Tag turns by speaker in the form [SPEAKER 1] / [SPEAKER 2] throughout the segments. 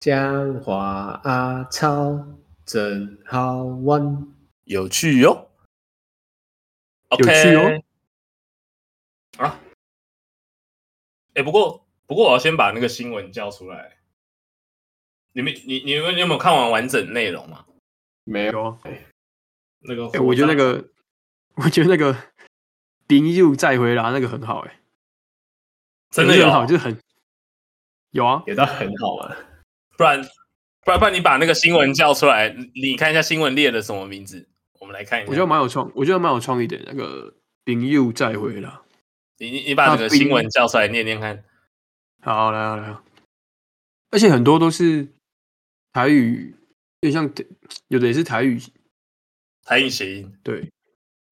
[SPEAKER 1] 江华阿超真好玩，
[SPEAKER 2] 有趣哟、
[SPEAKER 3] 有
[SPEAKER 2] OK，
[SPEAKER 3] 趣哟
[SPEAKER 2] 啊！哎、不过不过我要先把那个新闻叫出来。你们你你们你有没有看完完整内容嘛？
[SPEAKER 1] 没有
[SPEAKER 3] 有啊。
[SPEAKER 2] 那个、
[SPEAKER 3] 哎、我觉得那个，我觉得那个林佑再回来那个很好、欸，哎，
[SPEAKER 2] 真的有啊
[SPEAKER 3] 很好，就是很有啊，
[SPEAKER 1] 也倒很好玩。
[SPEAKER 2] 不然不然不然你把那个新闻叫出来，你你看一下新闻列的什么名字，我们来看一下。
[SPEAKER 3] 我觉得蛮有创，我觉得蛮有创意的。那个林佑再回来，
[SPEAKER 2] 你你你把那
[SPEAKER 3] 大
[SPEAKER 2] 个
[SPEAKER 3] 兵
[SPEAKER 2] 新闻叫出来念念看。
[SPEAKER 3] 好来啊来啊，而且很多都是台语，有点像有的也是台语，
[SPEAKER 2] 台语谐音
[SPEAKER 3] 对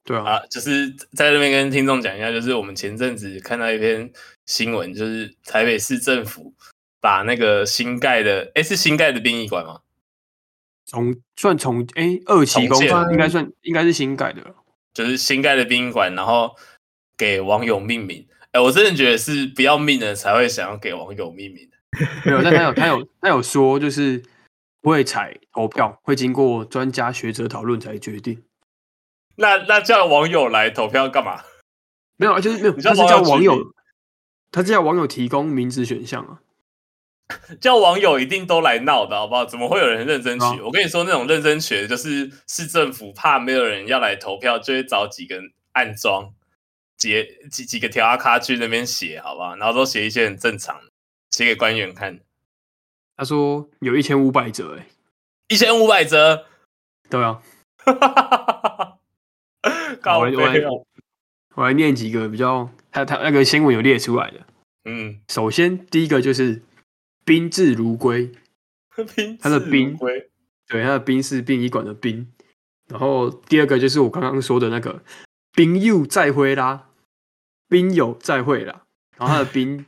[SPEAKER 3] 对啊，
[SPEAKER 2] 啊，就是在这边跟听众讲一下，就是我们前阵子看到一篇新闻，就是台北市政府把那个新盖的，哎，是新盖的殡仪馆吗？
[SPEAKER 3] 从算从哎二
[SPEAKER 2] 重
[SPEAKER 3] 期工
[SPEAKER 2] 建
[SPEAKER 3] 程应该算应该是新改的了，
[SPEAKER 2] 就是新盖的殡仪馆，然后给网友命名。哎，我真的觉得是不要命的才会想要给网友命名。
[SPEAKER 3] 没有，但他有他有他有说就是不会采投票，会经过专家学者讨论才决定。
[SPEAKER 2] 那那叫网友来投票干嘛？
[SPEAKER 3] 没有啊，就是没有，
[SPEAKER 2] 你叫
[SPEAKER 3] 他是叫
[SPEAKER 2] 网
[SPEAKER 3] 网
[SPEAKER 2] 友
[SPEAKER 3] 友
[SPEAKER 2] 指，
[SPEAKER 3] 他是叫网友提供名字选项啊。
[SPEAKER 2] 叫网友一定都来闹的好不好？怎么会有人认真
[SPEAKER 3] 啊
[SPEAKER 2] 学？我跟你说，那种认真学的就是市政府怕没有人要来投票，就会找几个人暗装，几几几个调阿咖去那边写，好不好？然后都写一些很正常的，写给官员看，
[SPEAKER 3] 他说有一千五百折、欸，哎，
[SPEAKER 2] 一千五百折，
[SPEAKER 3] 对啊，
[SPEAKER 2] 高
[SPEAKER 3] 哦我来我
[SPEAKER 2] 飞
[SPEAKER 3] 来
[SPEAKER 2] 哦，
[SPEAKER 3] 我来念几个比较，他他那个新闻有列出来的。
[SPEAKER 2] 嗯，
[SPEAKER 3] 首先第一个就是宾至如归，
[SPEAKER 2] 宾
[SPEAKER 3] 他的
[SPEAKER 2] 至如
[SPEAKER 3] 宾
[SPEAKER 2] 归
[SPEAKER 3] 对，他的宾是殡仪馆的宾。然后第二个就是我刚刚说的那个宾友再会啦，宾友再会啦。然后他的 宾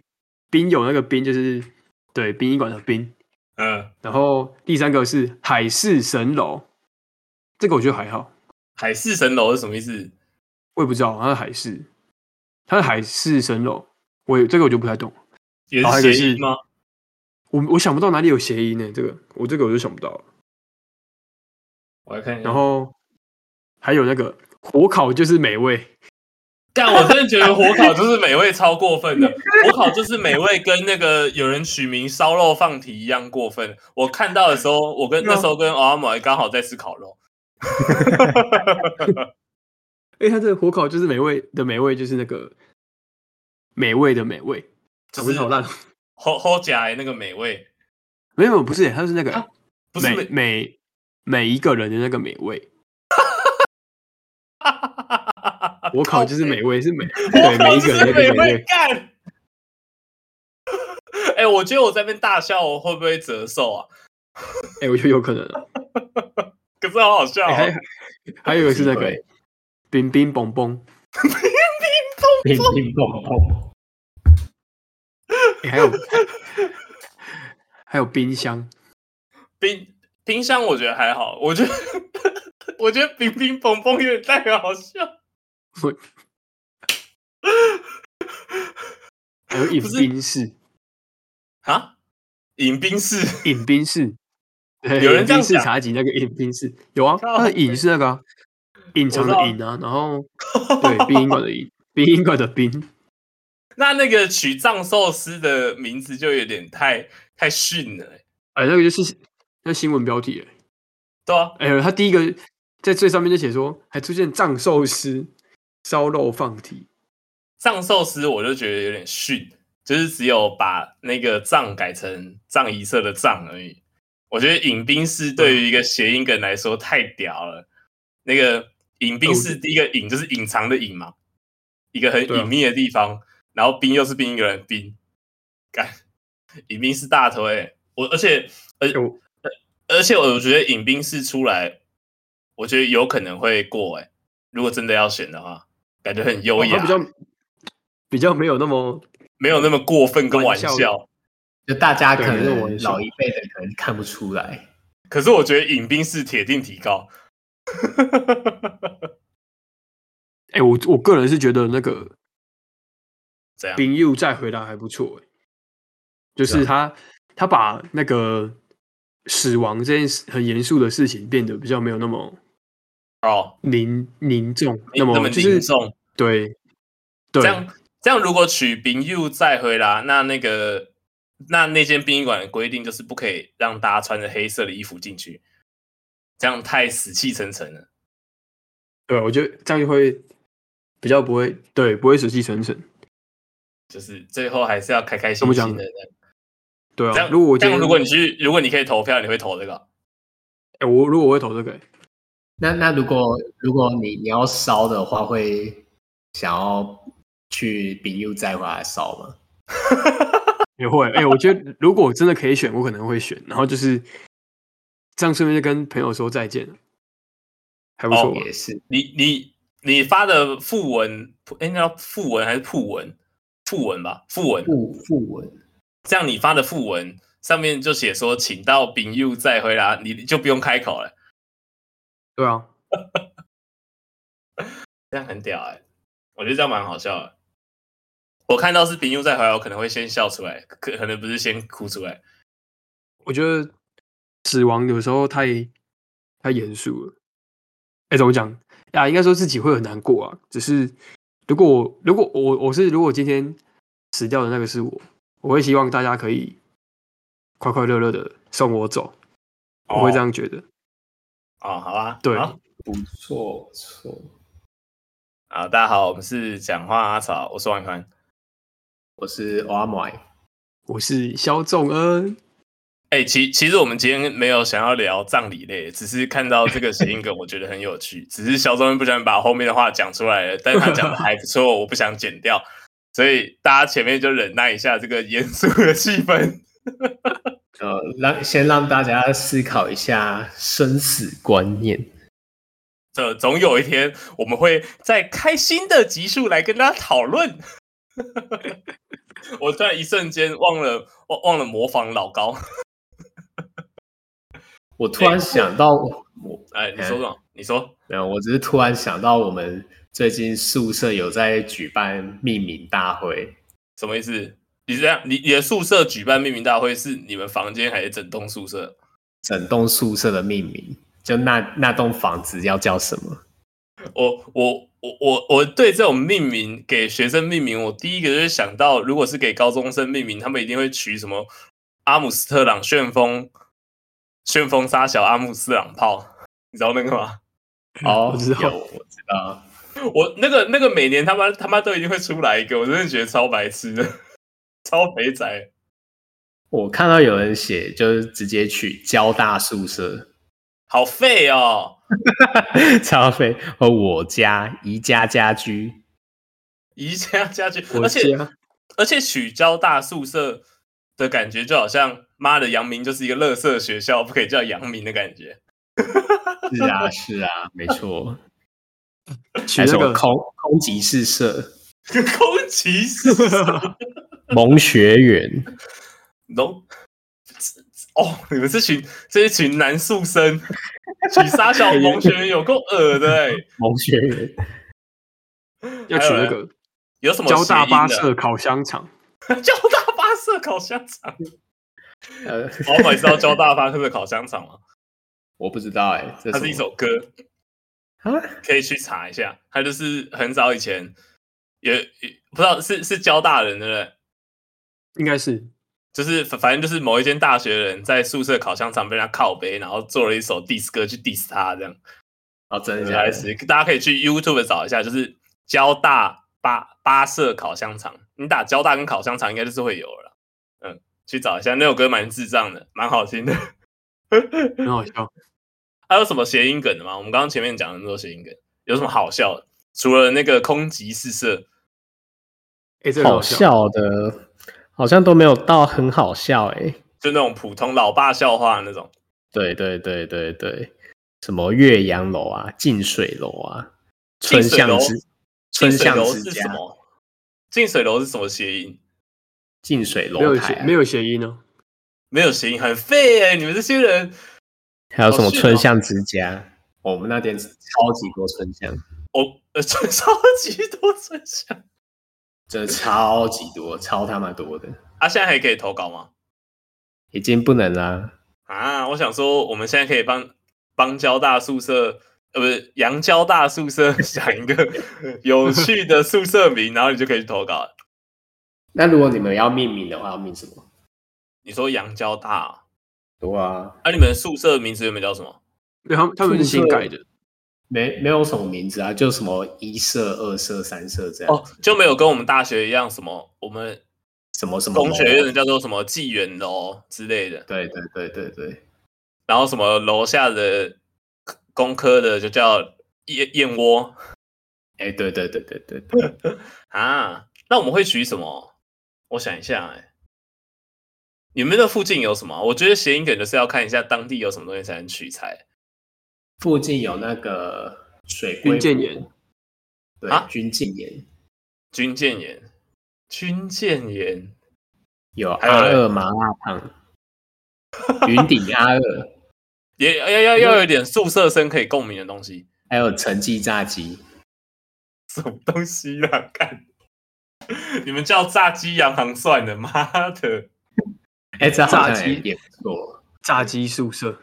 [SPEAKER 3] 宾友那个宾就是对殡仪馆的宾。
[SPEAKER 2] 嗯，
[SPEAKER 3] 然后第三个是海市蜃楼，这个我觉得还好，
[SPEAKER 2] 海市蜃楼是什么意思？
[SPEAKER 3] 我也不知道它是海市，它是海市蜃楼，我也这个我就不太懂，
[SPEAKER 2] 也
[SPEAKER 3] 哦然后还
[SPEAKER 2] 是
[SPEAKER 3] 有一
[SPEAKER 2] 谐
[SPEAKER 3] 个是
[SPEAKER 2] 音吗？
[SPEAKER 3] 我我想不到哪里有谐音呢，这个我这个我就想不到了。
[SPEAKER 2] 我来看一下。
[SPEAKER 3] 然后还有那个火烤就是美味，
[SPEAKER 2] 但我真的觉得火烤就是美味超过分的，火烤就是美味跟那个有人取名烧肉放题一样过分。我看到的时候，我跟
[SPEAKER 3] 对啊
[SPEAKER 2] 那时候跟奥阿姆刚好在吃烤肉，
[SPEAKER 3] 哎，它这个火烤就是美味的美味就是那个美味的美味，
[SPEAKER 2] 就是
[SPEAKER 3] 啊好烂，
[SPEAKER 2] 齁齁夹的那个美味，
[SPEAKER 3] 没有没有不是，它是那个、
[SPEAKER 2] 啊不是
[SPEAKER 3] 每
[SPEAKER 2] 美，
[SPEAKER 3] 每每一个人的那个美味，
[SPEAKER 2] 啊
[SPEAKER 3] 火烤就是美味是美
[SPEAKER 2] 火
[SPEAKER 3] 对
[SPEAKER 2] 烤
[SPEAKER 3] 每一
[SPEAKER 2] 就
[SPEAKER 3] 个
[SPEAKER 2] 是
[SPEAKER 3] 人的那
[SPEAKER 2] 美
[SPEAKER 3] 个美味
[SPEAKER 2] 味。干。 哎、我觉得我在那边大笑，我会不会折寿啊？
[SPEAKER 3] 哎、我觉得有可能、啊。
[SPEAKER 2] 可是好好笑、哦
[SPEAKER 3] 哎还还还有一个是那个
[SPEAKER 1] 对
[SPEAKER 3] 冰冰蹦蹦，
[SPEAKER 1] 乒乒乓乓，
[SPEAKER 3] 哎还有还有冰箱，
[SPEAKER 2] 冰冰箱我觉得还好，我觉得 我觉得冰冰 蹦蹦有点太好笑。
[SPEAKER 3] 还有饮
[SPEAKER 2] 不是
[SPEAKER 3] 冰室，
[SPEAKER 2] 啊，饮冰室
[SPEAKER 3] 饮冰室，对
[SPEAKER 2] 有人
[SPEAKER 3] 饮
[SPEAKER 2] 这样
[SPEAKER 3] 冰室
[SPEAKER 2] 讲
[SPEAKER 3] 茶几那个饮冰室有啊，
[SPEAKER 2] 靠
[SPEAKER 3] 它的饮是那个啊隐、藏
[SPEAKER 2] 我知
[SPEAKER 3] 的
[SPEAKER 2] 道
[SPEAKER 3] 隐啊，然后对殡 仪馆的饮，殡仪馆的殡，
[SPEAKER 2] 那那个取藏寿司的名字就有点太太逊了欸、
[SPEAKER 3] 哎、那个就是那新闻标题、
[SPEAKER 2] 对啊，
[SPEAKER 3] 哎、哎，他第一个在最上面就写说还出现藏寿司烧肉放题，
[SPEAKER 2] 藏寿司我就觉得有点逊，就是只有把那个藏改成藏一色的藏而已。我觉得饮冰室
[SPEAKER 3] 嗯
[SPEAKER 2] 对于一个谐音梗来说太屌了。那个饮冰室第一个饮就是隐藏的隐嘛，一个很
[SPEAKER 3] 哦对啊
[SPEAKER 2] 隐秘的地方，然后冰又是冰一个人冰，干 饮冰室大头哎、我而且而
[SPEAKER 3] 哎我
[SPEAKER 2] 而且我觉得饮冰室出来，我觉得有可能会过哎、如果真的要选的话，感觉很优
[SPEAKER 3] 哦
[SPEAKER 2] 雅，
[SPEAKER 3] 它比较比较没有那么
[SPEAKER 2] 没有那么过分跟玩
[SPEAKER 3] 玩笑
[SPEAKER 2] 笑。
[SPEAKER 1] 就大家可
[SPEAKER 3] 对那我
[SPEAKER 1] 能
[SPEAKER 3] 也是
[SPEAKER 1] 老一辈的可能看不出来，
[SPEAKER 2] 可是我觉得饮冰是铁定提高。
[SPEAKER 3] 哎、我我个人是觉得那个
[SPEAKER 2] 怎样？啊
[SPEAKER 3] 冰佑再回答还不错、欸，就是他他把那个死亡这件事很严肃的事情变得比较没有那么
[SPEAKER 2] 哦，
[SPEAKER 3] 凝凝重，
[SPEAKER 2] 那
[SPEAKER 3] 么
[SPEAKER 2] 么
[SPEAKER 3] 就是
[SPEAKER 2] 凝重。
[SPEAKER 3] 对对
[SPEAKER 2] 这样这样，如果取冰又再回啦，那那个那那间殡仪馆的规定就是不可以让大家穿着黑色的衣服进去，这样太死气沉沉了。
[SPEAKER 3] 对，我觉得这样就会比较不会对不会死气沉沉。
[SPEAKER 2] 就是最后还是要开开
[SPEAKER 3] 怎么
[SPEAKER 2] 心
[SPEAKER 3] 讲
[SPEAKER 2] 心的
[SPEAKER 3] 对
[SPEAKER 2] 这样。这
[SPEAKER 3] 啊，
[SPEAKER 2] 样，
[SPEAKER 3] 如果我
[SPEAKER 2] 这
[SPEAKER 3] 今
[SPEAKER 2] 样，
[SPEAKER 3] 天
[SPEAKER 2] 如果你去，如果你可以投票，你会投这个哦？
[SPEAKER 3] 哎我如果我会投这个、欸
[SPEAKER 1] 那那如果如果你你要烧的话，会想要去丙又再回来烧吗？
[SPEAKER 3] 也会，哎、我觉得如果我真的可以选，我可能会选。然后就是这样，顺便就跟朋友说再见了，还不错
[SPEAKER 2] 哦
[SPEAKER 3] 吧、
[SPEAKER 1] 也是，
[SPEAKER 2] 你你你发的副文，哎，那叫副文还是铺文？副文吧，副文。
[SPEAKER 1] 不不文
[SPEAKER 2] 这样你发的副文上面就写说，请到丙又再回啦，你就不用开口了，
[SPEAKER 3] 对啊，
[SPEAKER 2] 这样很屌哎、我觉得这样蛮好笑的。我看到是丙又再回来，我可能会先笑出来，可可能不是先哭出来。
[SPEAKER 3] 我觉得死亡有时候太太严肃了。哎、怎么讲啊？应该说自己会很难过啊。只是如果我如果我我是如果今天死掉的那个是我，我会希望大家可以快快乐乐的送我走，我会这样觉得。
[SPEAKER 2] 哦，好啊，
[SPEAKER 3] 对
[SPEAKER 2] 好
[SPEAKER 1] 不错不错，
[SPEAKER 2] 好，大家好，我们是讲话阿草，我是王一凡。
[SPEAKER 1] 我是阿麦，
[SPEAKER 3] 我是肖仲恩。
[SPEAKER 2] 哎、其其实我们今天没有想要聊葬礼类，只是看到这个谐音梗，我觉得很有趣。只是肖忠不想把后面的话讲出来了，但是他讲的还不错，我不想剪掉，所以大家前面就忍耐一下这个严肃的气氛。
[SPEAKER 1] 呃，让先让大家思考一下生死观念。
[SPEAKER 2] 这总有一天，我们会在开心的集数来跟大家讨论。 我突然一瞬间忘了忘忘了模仿老高，
[SPEAKER 1] 我突然想到，我
[SPEAKER 2] 哎，你说什么？你说
[SPEAKER 1] 没有，我只是突然想到，我们最近宿舍有在举办命名大会，
[SPEAKER 2] 什么意思？你这样，你你的宿舍举办命名大会是你们房间还是整栋宿舍？
[SPEAKER 1] 整栋宿舍的命名，就那那栋房子要叫什么？
[SPEAKER 2] 我我我我我对这种命名给学生命名，我第一个就是想到，如果是给高中生命名，他们一定会取什么阿姆斯特朗旋风、旋风沙小阿姆斯特朗炮，你知道那个吗？
[SPEAKER 1] 哦，
[SPEAKER 3] 我知道
[SPEAKER 1] 有我知道。
[SPEAKER 2] 我那个那个每年他妈他妈都一定会出来一个，我真的觉得超白痴的，超肥宅。
[SPEAKER 1] 我看到有人写，就是直接取交大宿舍，
[SPEAKER 2] 好废哦！
[SPEAKER 1] 超费和我家宜家家居，
[SPEAKER 2] 宜家家居，
[SPEAKER 3] 我
[SPEAKER 2] 而且
[SPEAKER 3] 家
[SPEAKER 2] 而且取消大宿舍的感觉，就好像妈的阳明就是一个垃圾学校，不可以叫阳明的感觉。
[SPEAKER 1] 是啊是啊，没错。
[SPEAKER 3] 取
[SPEAKER 1] 还
[SPEAKER 3] 那
[SPEAKER 1] 是
[SPEAKER 3] 个
[SPEAKER 1] 空空集四舍，
[SPEAKER 2] 空骑士
[SPEAKER 1] 萌学园，
[SPEAKER 2] 龙哦，你们这群这一群男宿 生，取沙小萌学园有够恶的、欸，
[SPEAKER 1] 萌学园，
[SPEAKER 3] 要取那个
[SPEAKER 2] 有什么
[SPEAKER 3] 交大
[SPEAKER 2] 谐音
[SPEAKER 3] 巴
[SPEAKER 2] 的
[SPEAKER 3] 社烤香肠，
[SPEAKER 2] 交大巴社烤香 肠，哦
[SPEAKER 1] 呃，
[SPEAKER 2] 老板知道交大巴社的烤香肠吗？
[SPEAKER 1] 我不知道哎、欸，这
[SPEAKER 2] 它是一
[SPEAKER 1] 什么
[SPEAKER 2] 首歌，
[SPEAKER 1] 啊，
[SPEAKER 2] 可以去查一下。它就是很早以前，也也不知道是是交大人对不对？
[SPEAKER 3] 应该是
[SPEAKER 2] 就是反反正就是某一间大学的人在宿舍烤香肠被人家靠背，然后做了一首 diss 歌去 diss 他，这样
[SPEAKER 1] 哦，真的假
[SPEAKER 2] 开
[SPEAKER 1] 的？
[SPEAKER 2] 始大家可以去 YouTube 找一下，就是交大八八社烤香肠，你打交大跟烤香肠应该就是会有了啦，嗯，去找一下那首歌蛮智障的，蛮好听的。
[SPEAKER 3] 很好笑。
[SPEAKER 2] 还有什么谐音梗的吗？我们刚刚前面讲了那么多谐音梗，有什么好笑的？除了那个空集四射，
[SPEAKER 3] 哎、这个
[SPEAKER 1] 好
[SPEAKER 3] 好笑，
[SPEAKER 1] 笑的，好像都没有到很好笑哎、
[SPEAKER 2] 就那种普通老爸笑话那种，
[SPEAKER 1] 对对对对对，什么岳阳楼啊、近水楼啊、
[SPEAKER 2] 近
[SPEAKER 1] 春
[SPEAKER 2] 水
[SPEAKER 1] 巷
[SPEAKER 2] 楼
[SPEAKER 1] 之春
[SPEAKER 2] 近水
[SPEAKER 1] 巷
[SPEAKER 2] 楼
[SPEAKER 1] 之
[SPEAKER 2] 是什
[SPEAKER 1] 家、
[SPEAKER 2] 么？近水楼是什么谐音？
[SPEAKER 1] 近水
[SPEAKER 3] 没有
[SPEAKER 1] 楼台、
[SPEAKER 3] 谐
[SPEAKER 1] 啊，
[SPEAKER 3] 没有谐音哦呢、
[SPEAKER 2] 没有谐音，很废哎、你们这些人。
[SPEAKER 1] 还有什么
[SPEAKER 2] 是
[SPEAKER 1] 春
[SPEAKER 2] 哦
[SPEAKER 1] 巷之家？哦我们那边超级多春巷，
[SPEAKER 2] 我呃， 这超级多真相。
[SPEAKER 1] 真的超级多，超他妈多的，
[SPEAKER 2] 啊，现在还可以投稿吗？
[SPEAKER 1] 已经不能啦、
[SPEAKER 2] 啊，啊，我想说我们现在可以帮帮交大宿舍，呃，不是杨交大宿舍 想一个有趣的宿舍名，然后你就可以去投稿了。
[SPEAKER 1] 那如果你们要命名的话，要命什么？
[SPEAKER 2] 你说杨交大啊，
[SPEAKER 1] 对啊，
[SPEAKER 2] 啊你们宿舍名字原本叫什么？
[SPEAKER 3] 对，他们他们是新改的，
[SPEAKER 1] 没没有什么名字啊，就什么一社、二社、三社这样。
[SPEAKER 2] 哦，就没有跟我们大学一样什么，我们
[SPEAKER 1] 什么什么
[SPEAKER 2] 工学
[SPEAKER 1] 楼啊
[SPEAKER 2] 院的叫做什么纪元楼之类的，
[SPEAKER 1] 对对对对对，
[SPEAKER 2] 然后什么楼下的工科的就叫燕燕窝
[SPEAKER 1] 哎，对对对对对对，
[SPEAKER 2] 啊。那我们会取什么？我想一下、哎，你们那附近有什么啊？我觉得谐音梗就是要看一下当地有什么东西才能取材。
[SPEAKER 1] 附近有那个水
[SPEAKER 3] 军
[SPEAKER 1] 龟
[SPEAKER 3] 舰
[SPEAKER 1] 湖
[SPEAKER 3] 岩，
[SPEAKER 1] 对
[SPEAKER 2] 啊，
[SPEAKER 1] 军舰岩
[SPEAKER 2] 军舰岩，军舰岩，
[SPEAKER 1] 有
[SPEAKER 2] 还有
[SPEAKER 1] 阿
[SPEAKER 2] 嘞
[SPEAKER 1] 二麻辣烫，云顶阿二，
[SPEAKER 2] 也要要要有一点宿舍生可以共鸣的东西。
[SPEAKER 1] 还有陈记炸鸡，
[SPEAKER 2] 什么东西啦？看，你们叫炸鸡洋行算了，妈的，
[SPEAKER 1] 哎，这好
[SPEAKER 3] 炸
[SPEAKER 1] 像也
[SPEAKER 3] 鸡
[SPEAKER 1] 也不错。
[SPEAKER 3] 炸鸡宿舍，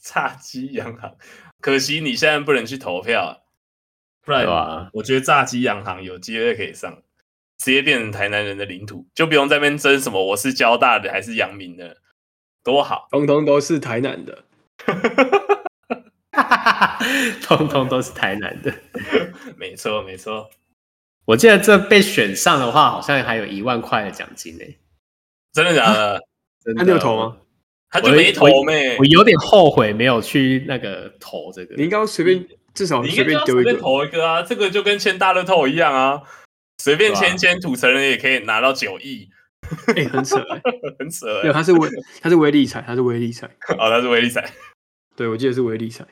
[SPEAKER 2] 炸鸡洋行。可惜你现在不能去投票啊，不
[SPEAKER 1] 对
[SPEAKER 2] 然
[SPEAKER 1] 吧？
[SPEAKER 2] 我觉得炸鸡洋行有机会可以上，直接变成台南人的领土，就不用在那边争什么我是交大的还是阳明的，多好。
[SPEAKER 3] 通通都是台南的。
[SPEAKER 1] 通通都是台南的。
[SPEAKER 2] 没错，没错，
[SPEAKER 1] 我记得这被选上的话，好像还有一万块的奖金呢、
[SPEAKER 2] 真的假的？
[SPEAKER 1] 真的
[SPEAKER 3] 那你有投吗？
[SPEAKER 2] 他就没投妹
[SPEAKER 1] 我，有点后悔没有去那个投这个
[SPEAKER 3] 你。应该要随便，至少
[SPEAKER 2] 你应
[SPEAKER 3] 随
[SPEAKER 2] 该就
[SPEAKER 3] 便
[SPEAKER 2] 要
[SPEAKER 3] 丢
[SPEAKER 2] 随
[SPEAKER 3] 一
[SPEAKER 2] 便
[SPEAKER 3] 个。
[SPEAKER 2] 投一个啊，这个就跟签大乐透一样啊，随便
[SPEAKER 1] 对啊
[SPEAKER 2] 签签土城人也可以拿到九亿，
[SPEAKER 3] 哎、很扯、欸，
[SPEAKER 2] 很扯、欸。
[SPEAKER 3] 没有，他是微，他是微利彩，他是微利彩。
[SPEAKER 2] 哦，他是威力仔。
[SPEAKER 3] 对，我记得是微利彩。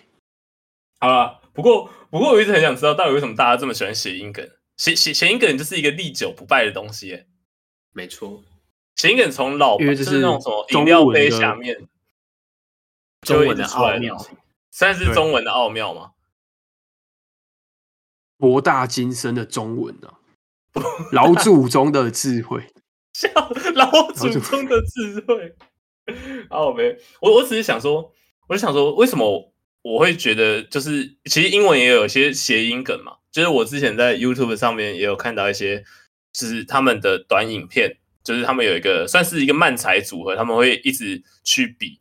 [SPEAKER 2] 好啦，不过不过我一直很想知道，到底为什么大家这么喜欢谐音梗？谐谐谐音梗就是一个历久不败的东西耶。
[SPEAKER 1] 没错，
[SPEAKER 2] 谐音梗从老
[SPEAKER 3] 因为
[SPEAKER 2] 就
[SPEAKER 3] 这
[SPEAKER 2] 是
[SPEAKER 3] 是
[SPEAKER 2] 那种什么
[SPEAKER 3] 中
[SPEAKER 2] 饮料
[SPEAKER 3] 文
[SPEAKER 2] 杯
[SPEAKER 3] 的
[SPEAKER 2] 下面，
[SPEAKER 1] 中文的奥
[SPEAKER 2] 就一直
[SPEAKER 1] 妙
[SPEAKER 2] 出来。虽然是
[SPEAKER 3] 对
[SPEAKER 2] 中文的奥妙嘛，
[SPEAKER 3] 博大精深的中文 啊，老祖宗的智慧。
[SPEAKER 2] 像老祖宗的智慧。好呗，我我只是想说，我就想说，为什么我会觉得，就是其实英文也有一些谐音梗嘛，就是我之前在 YouTube 上面也有看到一些，就是他们的短影片，就是他们有一个算是一个漫才组合，他们会一直去比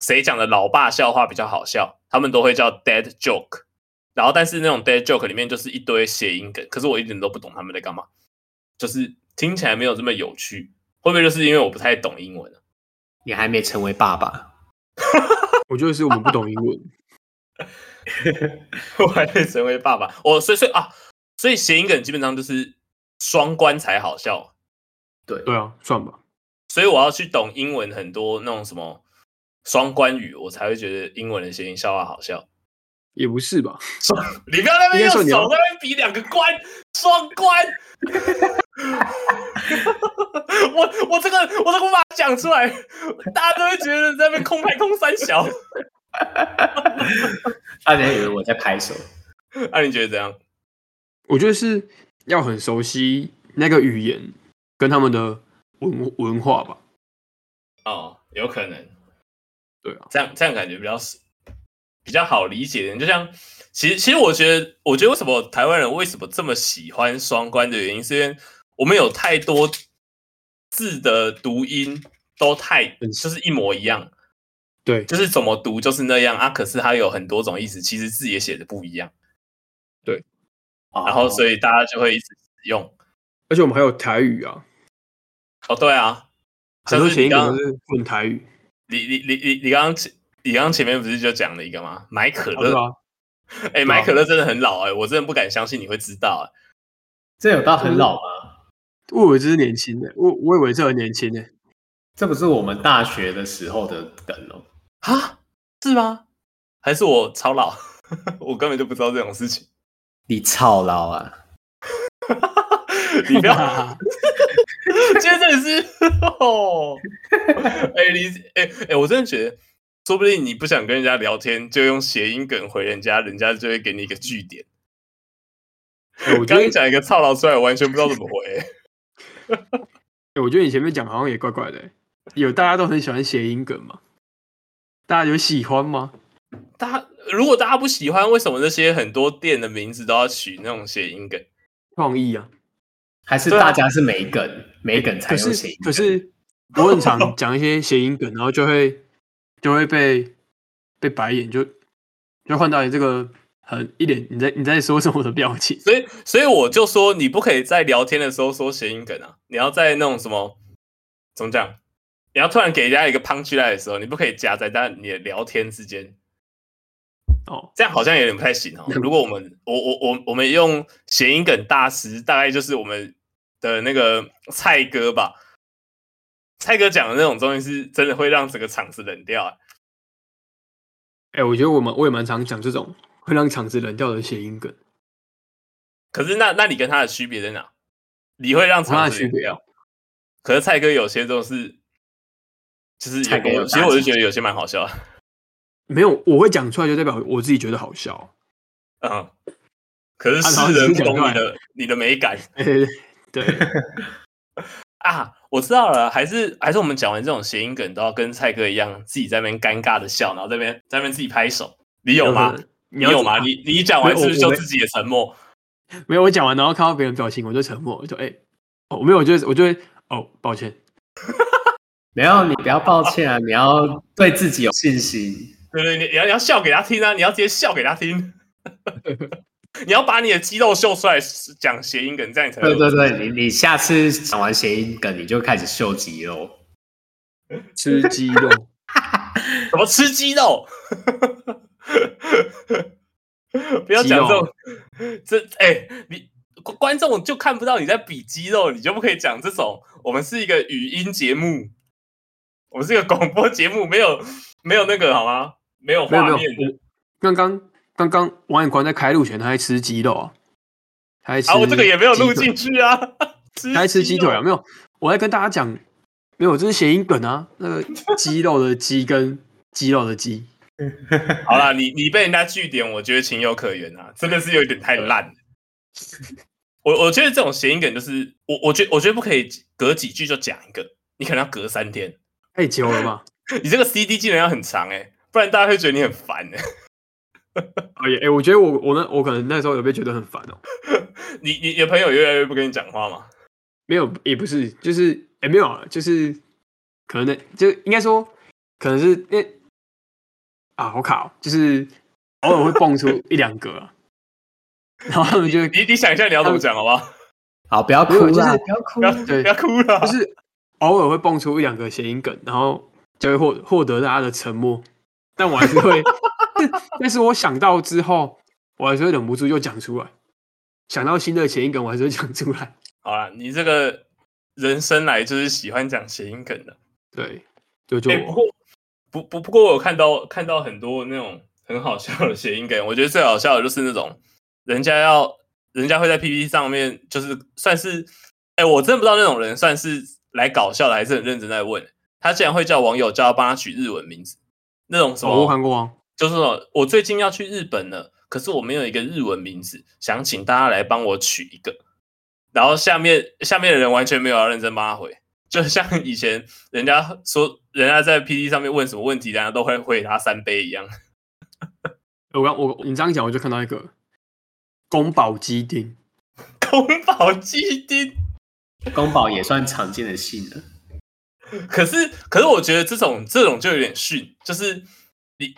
[SPEAKER 2] 谁讲的老爸笑话比较好笑，他们都会叫 dead joke，然后但是那种 dead joke 里面就是一堆谐音梗，可是我一点都不懂他们在干嘛，就是听起来没有这么有趣，会不会就是因为我不太懂英文啊？
[SPEAKER 1] 你还没成为爸爸，
[SPEAKER 3] 我觉得是我们不懂英文，
[SPEAKER 2] 我还没成为爸爸，我所以所以啊，所以谐音梗基本上就是双关才好笑，
[SPEAKER 1] 对，
[SPEAKER 3] 对啊，算吧。
[SPEAKER 2] 所以我要去懂英文很多那种什么双关语，我才会觉得英文的谐音笑话好笑。
[SPEAKER 3] 也不是吧？
[SPEAKER 2] 你不要在那边
[SPEAKER 3] 应该
[SPEAKER 2] 用手
[SPEAKER 3] 说你
[SPEAKER 2] 在
[SPEAKER 3] 要
[SPEAKER 2] 那边比两个关，双关。 我我这个我都无法讲出来，大家都会觉得在那边空拍空三小。
[SPEAKER 1] 大家以为我在拍手。
[SPEAKER 2] 那、啊你觉得怎样？
[SPEAKER 3] 我觉得是要很熟悉那个语言跟他们的文文化吧。
[SPEAKER 2] 哦，有可能，
[SPEAKER 3] 对啊，
[SPEAKER 2] 这样这样感觉比较是比较好理解的。就像其实其实我觉得，我觉得为什么台湾人为什么这么喜欢双关的原因，是因为我们有太多字的读音都太
[SPEAKER 3] 嗯
[SPEAKER 2] 就是一模一样，
[SPEAKER 3] 对，
[SPEAKER 2] 就是怎么读就是那样啊。可是它有很多种意思，其实字也写的不一样，
[SPEAKER 1] 哦
[SPEAKER 2] 然
[SPEAKER 3] 哦
[SPEAKER 2] 后所
[SPEAKER 1] 以
[SPEAKER 2] 以大家就会一直使用。
[SPEAKER 3] 而且我们还有台语啊，
[SPEAKER 2] 哦，对啊，
[SPEAKER 3] 很
[SPEAKER 2] 像
[SPEAKER 3] 多
[SPEAKER 2] 是
[SPEAKER 3] 谐
[SPEAKER 2] 你
[SPEAKER 3] 音
[SPEAKER 2] 刚
[SPEAKER 3] 梗都是混台语，
[SPEAKER 2] 你你你你你刚刚前你刚刚前面不是就讲了一个吗？买可
[SPEAKER 3] 哦对啊
[SPEAKER 2] 乐。
[SPEAKER 3] 吧？
[SPEAKER 2] 哎、买可乐真的很老哎、我真的不敢相信你会知道哎、
[SPEAKER 1] 这有到很老吗？
[SPEAKER 3] 我以为这是年轻的，我我以为这很年轻的，
[SPEAKER 1] 这不是我们大学的时候的梗哦。
[SPEAKER 2] 啊，是吗？还是我超老？ 我根本就不知道这种事情。
[SPEAKER 1] 你操劳啊！
[SPEAKER 2] 你不 要，
[SPEAKER 3] 哎
[SPEAKER 2] 今天真的是哦，哎、你哎哎、我真的觉得，说不定你不想跟人家聊天，就用谐音梗回人家，人家就会给你一个据点。
[SPEAKER 3] 哎我觉
[SPEAKER 2] 刚刚
[SPEAKER 3] 得
[SPEAKER 2] 讲一个操劳出来，我完全不知道怎么回、欸
[SPEAKER 3] 哎我觉得你前面讲好像也怪怪的欸，有大家都很喜欢谐音梗嘛，大家有喜欢吗？
[SPEAKER 2] 大家如果大家不喜欢，为什么那些很多店的名字都要取那种谐音梗？
[SPEAKER 3] 创意啊，
[SPEAKER 1] 还是
[SPEAKER 3] 对啊
[SPEAKER 1] 大家是没梗，没梗才
[SPEAKER 3] 可
[SPEAKER 1] 有谐音
[SPEAKER 3] 是
[SPEAKER 1] 梗
[SPEAKER 3] 可是我很常讲一些谐音梗，然后就会就会被被白眼，就就换到你这个很一脸你在你在说什么的表情。
[SPEAKER 2] 所以，所以我就说，你不可以在聊天的时候说谐音梗啊！你要在那种什么，怎么讲？你要突然给人家一个 punch line 的时候，你不可以夹在但你的聊天之间，
[SPEAKER 3] 哦，
[SPEAKER 2] 这样好像有点不太行哦。如果我们，我我我我们用谐音梗大师，大概就是我们的那个蔡哥吧。蔡哥讲的那种东西，是真的会让整个场子冷掉、啊。
[SPEAKER 3] 哎、我觉得我们我也蛮常讲这种会让场子冷掉的谐音梗，
[SPEAKER 2] 可是那那你跟他的区别在哪？你会让
[SPEAKER 3] 它
[SPEAKER 2] 场
[SPEAKER 3] 的
[SPEAKER 2] 子
[SPEAKER 3] 区别
[SPEAKER 2] 冷
[SPEAKER 3] 啊
[SPEAKER 2] 掉。可是蔡哥有些都是，就是
[SPEAKER 1] 蔡哥
[SPEAKER 2] 有
[SPEAKER 1] 有
[SPEAKER 2] 其实
[SPEAKER 1] 大
[SPEAKER 2] 我就
[SPEAKER 1] 气
[SPEAKER 2] 觉得有些蛮好笑的。
[SPEAKER 3] 没有我会讲出来，就代表我自己觉得好笑。
[SPEAKER 2] 嗯，可是
[SPEAKER 3] 啊然后
[SPEAKER 2] 世
[SPEAKER 3] 你
[SPEAKER 2] 人
[SPEAKER 3] 就
[SPEAKER 2] 不
[SPEAKER 3] 讲出
[SPEAKER 2] 懂
[SPEAKER 3] 来
[SPEAKER 2] 你的你的美感
[SPEAKER 3] 哎、对 对，
[SPEAKER 2] 啊！我知道了，还是还是我们讲完这种谐音梗，都要跟蔡哥一样，自己在那边尴尬的笑，然后这边在那边自己拍手。 你有吗？
[SPEAKER 3] 可能？
[SPEAKER 2] 你有吗？你你讲完
[SPEAKER 3] 没有
[SPEAKER 2] 是不是
[SPEAKER 3] 我
[SPEAKER 2] 就
[SPEAKER 3] 我
[SPEAKER 2] 自己也沉默？
[SPEAKER 3] 没有，我讲完，然后看到别人表情，我就沉默，我就哎、哦，没有，我就我就会哦，抱歉，
[SPEAKER 1] 没有，你不要抱歉 啊，你要对自己有信心。
[SPEAKER 2] 对对，你你要你要笑给他听啊！你要直接笑给他听， 你要把你的肌肉秀出来，讲谐音梗，这样你才
[SPEAKER 1] 对
[SPEAKER 2] 有
[SPEAKER 1] 对对，你你下次讲完谐音梗，你就开始秀肌肉。
[SPEAKER 3] 吃鸡肉。
[SPEAKER 2] 什么吃鸡肉？ 不要讲这种，这哎、你观观众就看不到你在比肌肉，你就不可以讲这种。我们是一个语音节目，我们是一个广播节目，没有没有那个好吗？没有
[SPEAKER 3] 没有没
[SPEAKER 2] 画
[SPEAKER 3] 有
[SPEAKER 2] 面的，
[SPEAKER 3] 我刚刚刚刚王眼光在开路前，他还吃鸡肉啊，他还吃
[SPEAKER 2] 啊，我这个也没有
[SPEAKER 3] 鸡
[SPEAKER 2] 录
[SPEAKER 3] 腿
[SPEAKER 2] 进去啊。 吃
[SPEAKER 3] 他还吃鸡腿
[SPEAKER 2] 肉
[SPEAKER 3] 啊，没有，我在跟大家讲，没有，这是谐音梗啊，那个鸡肉的鸡跟鸡肉的鸡，
[SPEAKER 2] 好啦，你你被人家据点，我觉得情有可原啊，真的是有点太烂了。我我觉得这种谐音梗就是，我我觉得我觉得不可以隔几句就讲一个，你可能要隔三天，
[SPEAKER 3] 太久了 吧？
[SPEAKER 2] 你这个 CD 技能要很长哎、不然大家会觉得你很烦哎、哦
[SPEAKER 3] 哎、也哎，我觉得我我那我可能那时候有被觉得很烦哦，
[SPEAKER 2] 你你你的朋友越来越不跟你讲话吗？
[SPEAKER 3] 没有，也不是，就是哎、没有啊，就是可能那就应该说，可能是因为啊好卡、哦，就是偶尔会蹦出一两个、啊，然后他们就会
[SPEAKER 2] 你你想一下你要怎么讲好不好？
[SPEAKER 1] 好，不要哭
[SPEAKER 3] 没有就是
[SPEAKER 1] 啦，不要哭
[SPEAKER 2] 不要
[SPEAKER 1] 啦。
[SPEAKER 3] 对
[SPEAKER 2] 不要哭了
[SPEAKER 3] 就，是偶尔会蹦出一两个谐音梗，然后就会获获得大家的沉默，但我还是会，但是我想到之后，我还是会忍不住就讲出来。想到新的谐音梗，我还是会讲出来。
[SPEAKER 2] 好啦，你这个人生来就是喜欢讲谐音梗的。
[SPEAKER 3] 对，就就
[SPEAKER 2] 哎、
[SPEAKER 3] 我、
[SPEAKER 2] 不
[SPEAKER 3] 哦
[SPEAKER 2] 过不不不过，我有看到看到很多那种很好笑的谐音梗，我觉得最好笑的就是那种人家要人家会在 PPT 上面，就是算是哎、我真的不知道那种人算是来搞笑的，还是很认真在问。他竟然会叫网友叫他帮他取日文名字，那种什么、
[SPEAKER 3] 哦我看过啊，
[SPEAKER 2] 就是说我最近要去日本了，可是我没有一个日文名字，想请大家来帮我取一个。然后下面下面的人完全没有要认真帮他回，就像以前人家说人家在 P D 上面问什么问题，大家都会回答三杯一样。
[SPEAKER 3] 我刚我你这样讲，我就看到一个宫保鸡丁，
[SPEAKER 2] 宫保鸡丁，
[SPEAKER 1] 宫保也算常见的姓了。
[SPEAKER 2] 可是可是我觉得这种这种就有点逊，就是你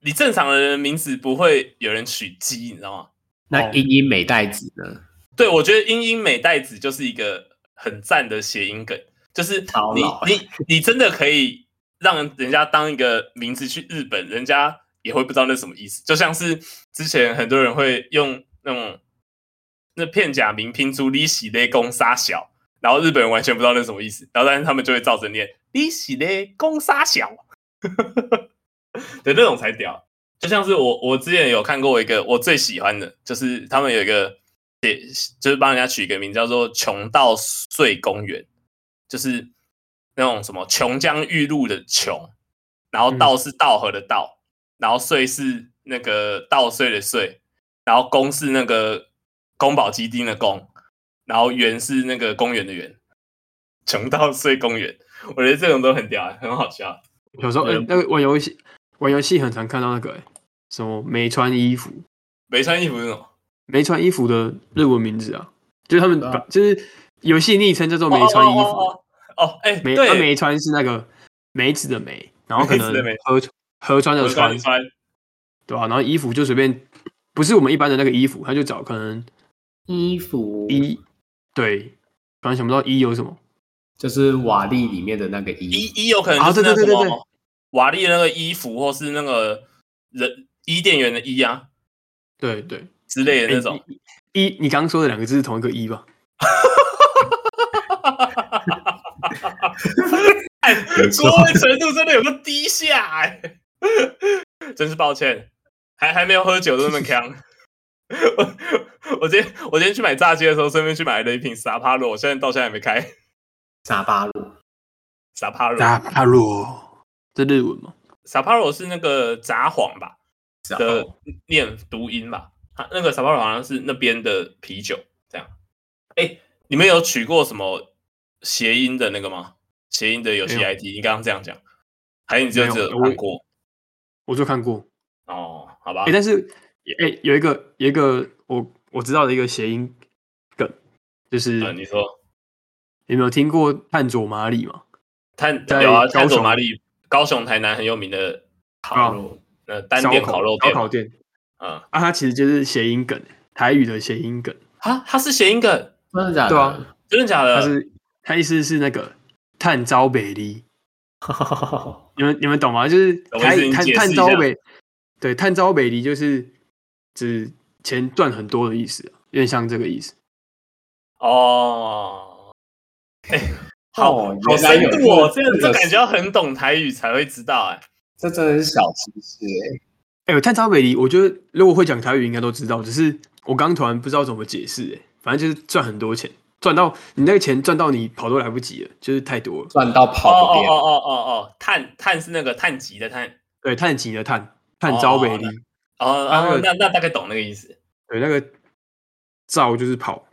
[SPEAKER 2] 你正常的人的名字不会有人取鸡，你知道吗？
[SPEAKER 1] 那英英美代子呢？
[SPEAKER 2] 对，我觉得英英美代子就是一个很赞的谐音梗，就是
[SPEAKER 1] 超
[SPEAKER 2] 你
[SPEAKER 1] 老
[SPEAKER 2] 你你真的可以让人家当一个名字去日本，人家也会不知道那什么意思。就像是之前很多人会用那种那片假名拼出利息勒公杀小，然后日本人完全不知道那什么意思，然后但是他们就会照着念利息勒公杀小， 对，那种才屌。就像是我我之前有看过一个我最喜欢的，就是他们有一个就是帮人家取一个名叫做“穷到碎公园”，就是那种什么琼浆玉露的琼，然
[SPEAKER 3] 嗯
[SPEAKER 2] 后道是道河的道，然后穗是那个稻穗的穗，然后宫是那个宫保鸡丁的宫，然后园是啊那个公园的园，穷到碎公园。我觉得这种都很屌、很好笑。
[SPEAKER 3] 有时候，哎、
[SPEAKER 2] 啊
[SPEAKER 1] 对
[SPEAKER 3] 那个玩游戏玩游戏很常看到那个、哎什么没穿衣服，
[SPEAKER 2] 没穿衣服那种。
[SPEAKER 3] 没穿衣服的日文名字啊，就是他们
[SPEAKER 1] 对啊
[SPEAKER 3] 把、就是游戏昵称叫做没穿衣服，
[SPEAKER 2] 哦哦哦哦哦，哎，
[SPEAKER 3] 没
[SPEAKER 2] 对，
[SPEAKER 3] 啊没穿是那个梅子的梅，然后可能
[SPEAKER 2] 梅子的梅
[SPEAKER 3] 河河川的
[SPEAKER 2] 我
[SPEAKER 3] 川
[SPEAKER 2] 穿，穿
[SPEAKER 3] 对吧、然后衣服就随便，不是我们一般的那个衣服，他就找可能
[SPEAKER 1] 衣服
[SPEAKER 3] 一，对，突然想不到一有什么，
[SPEAKER 1] 就是瓦砾里面的那个衣
[SPEAKER 2] 衣，衣有可能
[SPEAKER 3] 啊
[SPEAKER 2] 就是那
[SPEAKER 3] 对对
[SPEAKER 2] 什
[SPEAKER 3] 对对对
[SPEAKER 2] 么瓦砾的那个衣服，或是那个人伊甸园的伊啊
[SPEAKER 3] 对对，
[SPEAKER 2] 之类的那种
[SPEAKER 3] 哎。一，一你刚刚说的两个字是同一个一吧？
[SPEAKER 2] 哎，
[SPEAKER 1] 没错
[SPEAKER 2] 国文程度真的有个低下哎、 真是抱歉，还还没有喝酒就那么强。 我我今天我今天去买炸鸡的时候，顺便去买了一瓶沙帕罗，我现在到现在还没开
[SPEAKER 1] 沙巴鲁，
[SPEAKER 2] 沙帕罗。
[SPEAKER 3] 大帕罗，这日文吗？
[SPEAKER 2] 沙帕罗是那个札幌吧
[SPEAKER 1] 然
[SPEAKER 2] 的
[SPEAKER 1] 后
[SPEAKER 2] 念读音吧，它那个沙帕罗好像是那边的啤酒这样。哎、你们有取过什么谐音的那个吗？谐音的游戏
[SPEAKER 3] 没有
[SPEAKER 2] IT，你刚刚这样讲，还是你就
[SPEAKER 3] 没有
[SPEAKER 2] 只有
[SPEAKER 3] 我
[SPEAKER 2] 看过？
[SPEAKER 3] 我就看过，
[SPEAKER 2] 哦，好吧
[SPEAKER 3] 哎、，但是哎、有一个有一个我我知道的一个谐音梗，就是、
[SPEAKER 2] 嗯，你说
[SPEAKER 3] 你没有听过炭佐麻里吗？
[SPEAKER 2] 探
[SPEAKER 3] 在
[SPEAKER 2] 有啊，
[SPEAKER 3] 高
[SPEAKER 2] 探索
[SPEAKER 3] 雄
[SPEAKER 2] 马里，高雄、台南很有名的
[SPEAKER 1] 烤
[SPEAKER 2] 烤肉，
[SPEAKER 1] 肉
[SPEAKER 2] 呃，单店
[SPEAKER 3] 烧
[SPEAKER 2] 烤肉
[SPEAKER 3] 烧
[SPEAKER 2] 店嘛，
[SPEAKER 3] 烤店
[SPEAKER 2] 嗯，
[SPEAKER 3] 啊，它其实就是谐音梗，台语的谐音梗，
[SPEAKER 2] 啊，它是谐音梗，
[SPEAKER 1] 真的假的？
[SPEAKER 3] 对 啊
[SPEAKER 2] 真的假
[SPEAKER 3] 它
[SPEAKER 2] 的？
[SPEAKER 3] 是它意思是那个炭招北离，你们你们懂吗？就是
[SPEAKER 2] 懂
[SPEAKER 3] 台
[SPEAKER 2] 意思
[SPEAKER 3] 语
[SPEAKER 2] 你
[SPEAKER 3] 炭
[SPEAKER 2] 解释
[SPEAKER 3] 炭
[SPEAKER 2] 一
[SPEAKER 3] 招
[SPEAKER 2] 下
[SPEAKER 3] 北，对，炭招北离就是指钱赚很多的意思啊，有点像这个意思。
[SPEAKER 2] 哦， 哎，好
[SPEAKER 1] 哦
[SPEAKER 2] 好
[SPEAKER 1] 原来
[SPEAKER 2] 深
[SPEAKER 1] 有
[SPEAKER 2] 度哦，
[SPEAKER 1] 这
[SPEAKER 2] 这样
[SPEAKER 1] 个
[SPEAKER 2] 这感觉要很懂台语才会知道，哎，
[SPEAKER 1] 这真的是小知识哎、
[SPEAKER 3] 哎、呦，炭招北离，我觉得如果会讲台语应该都知道，只是我刚突然不知道怎么解释、哎，反正就是赚很多钱，赚到你那个钱赚到你跑都来不及了，就是太多了。
[SPEAKER 1] 赚到
[SPEAKER 2] 哦
[SPEAKER 1] 跑
[SPEAKER 2] 哦
[SPEAKER 1] 不
[SPEAKER 2] 哦
[SPEAKER 1] 掉。
[SPEAKER 2] 哦哦哦，碳碳是那个碳极的碳，
[SPEAKER 3] 对，炭级的炭，炭招北离。
[SPEAKER 2] 哦
[SPEAKER 3] 啊那
[SPEAKER 2] 哦
[SPEAKER 3] 个，
[SPEAKER 2] 那那大概懂那个意思，
[SPEAKER 3] 对，那个照就是跑，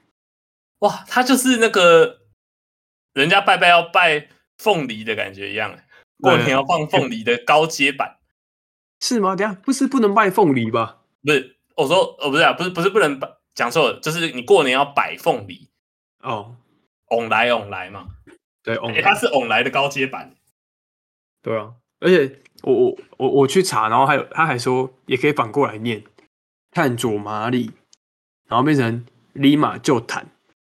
[SPEAKER 2] 哇，它就是那个人家拜拜要拜凤梨的感觉一样，哎过年
[SPEAKER 3] 对
[SPEAKER 2] 要放凤梨的高阶版。
[SPEAKER 3] 是吗？等一下不是不能卖凤梨吧？
[SPEAKER 2] 不是，我说哦，不是啊，不是不是不能摆，讲错了，就是你过年要摆凤梨，
[SPEAKER 3] 哦，
[SPEAKER 2] 翁来翁来嘛，
[SPEAKER 3] 对，哦
[SPEAKER 2] 哎、，它是翁来的高阶版，
[SPEAKER 3] 对啊，而且我我我我去查，然后还有他还说也可以反过来念，探左马里，然后变成立马就坦，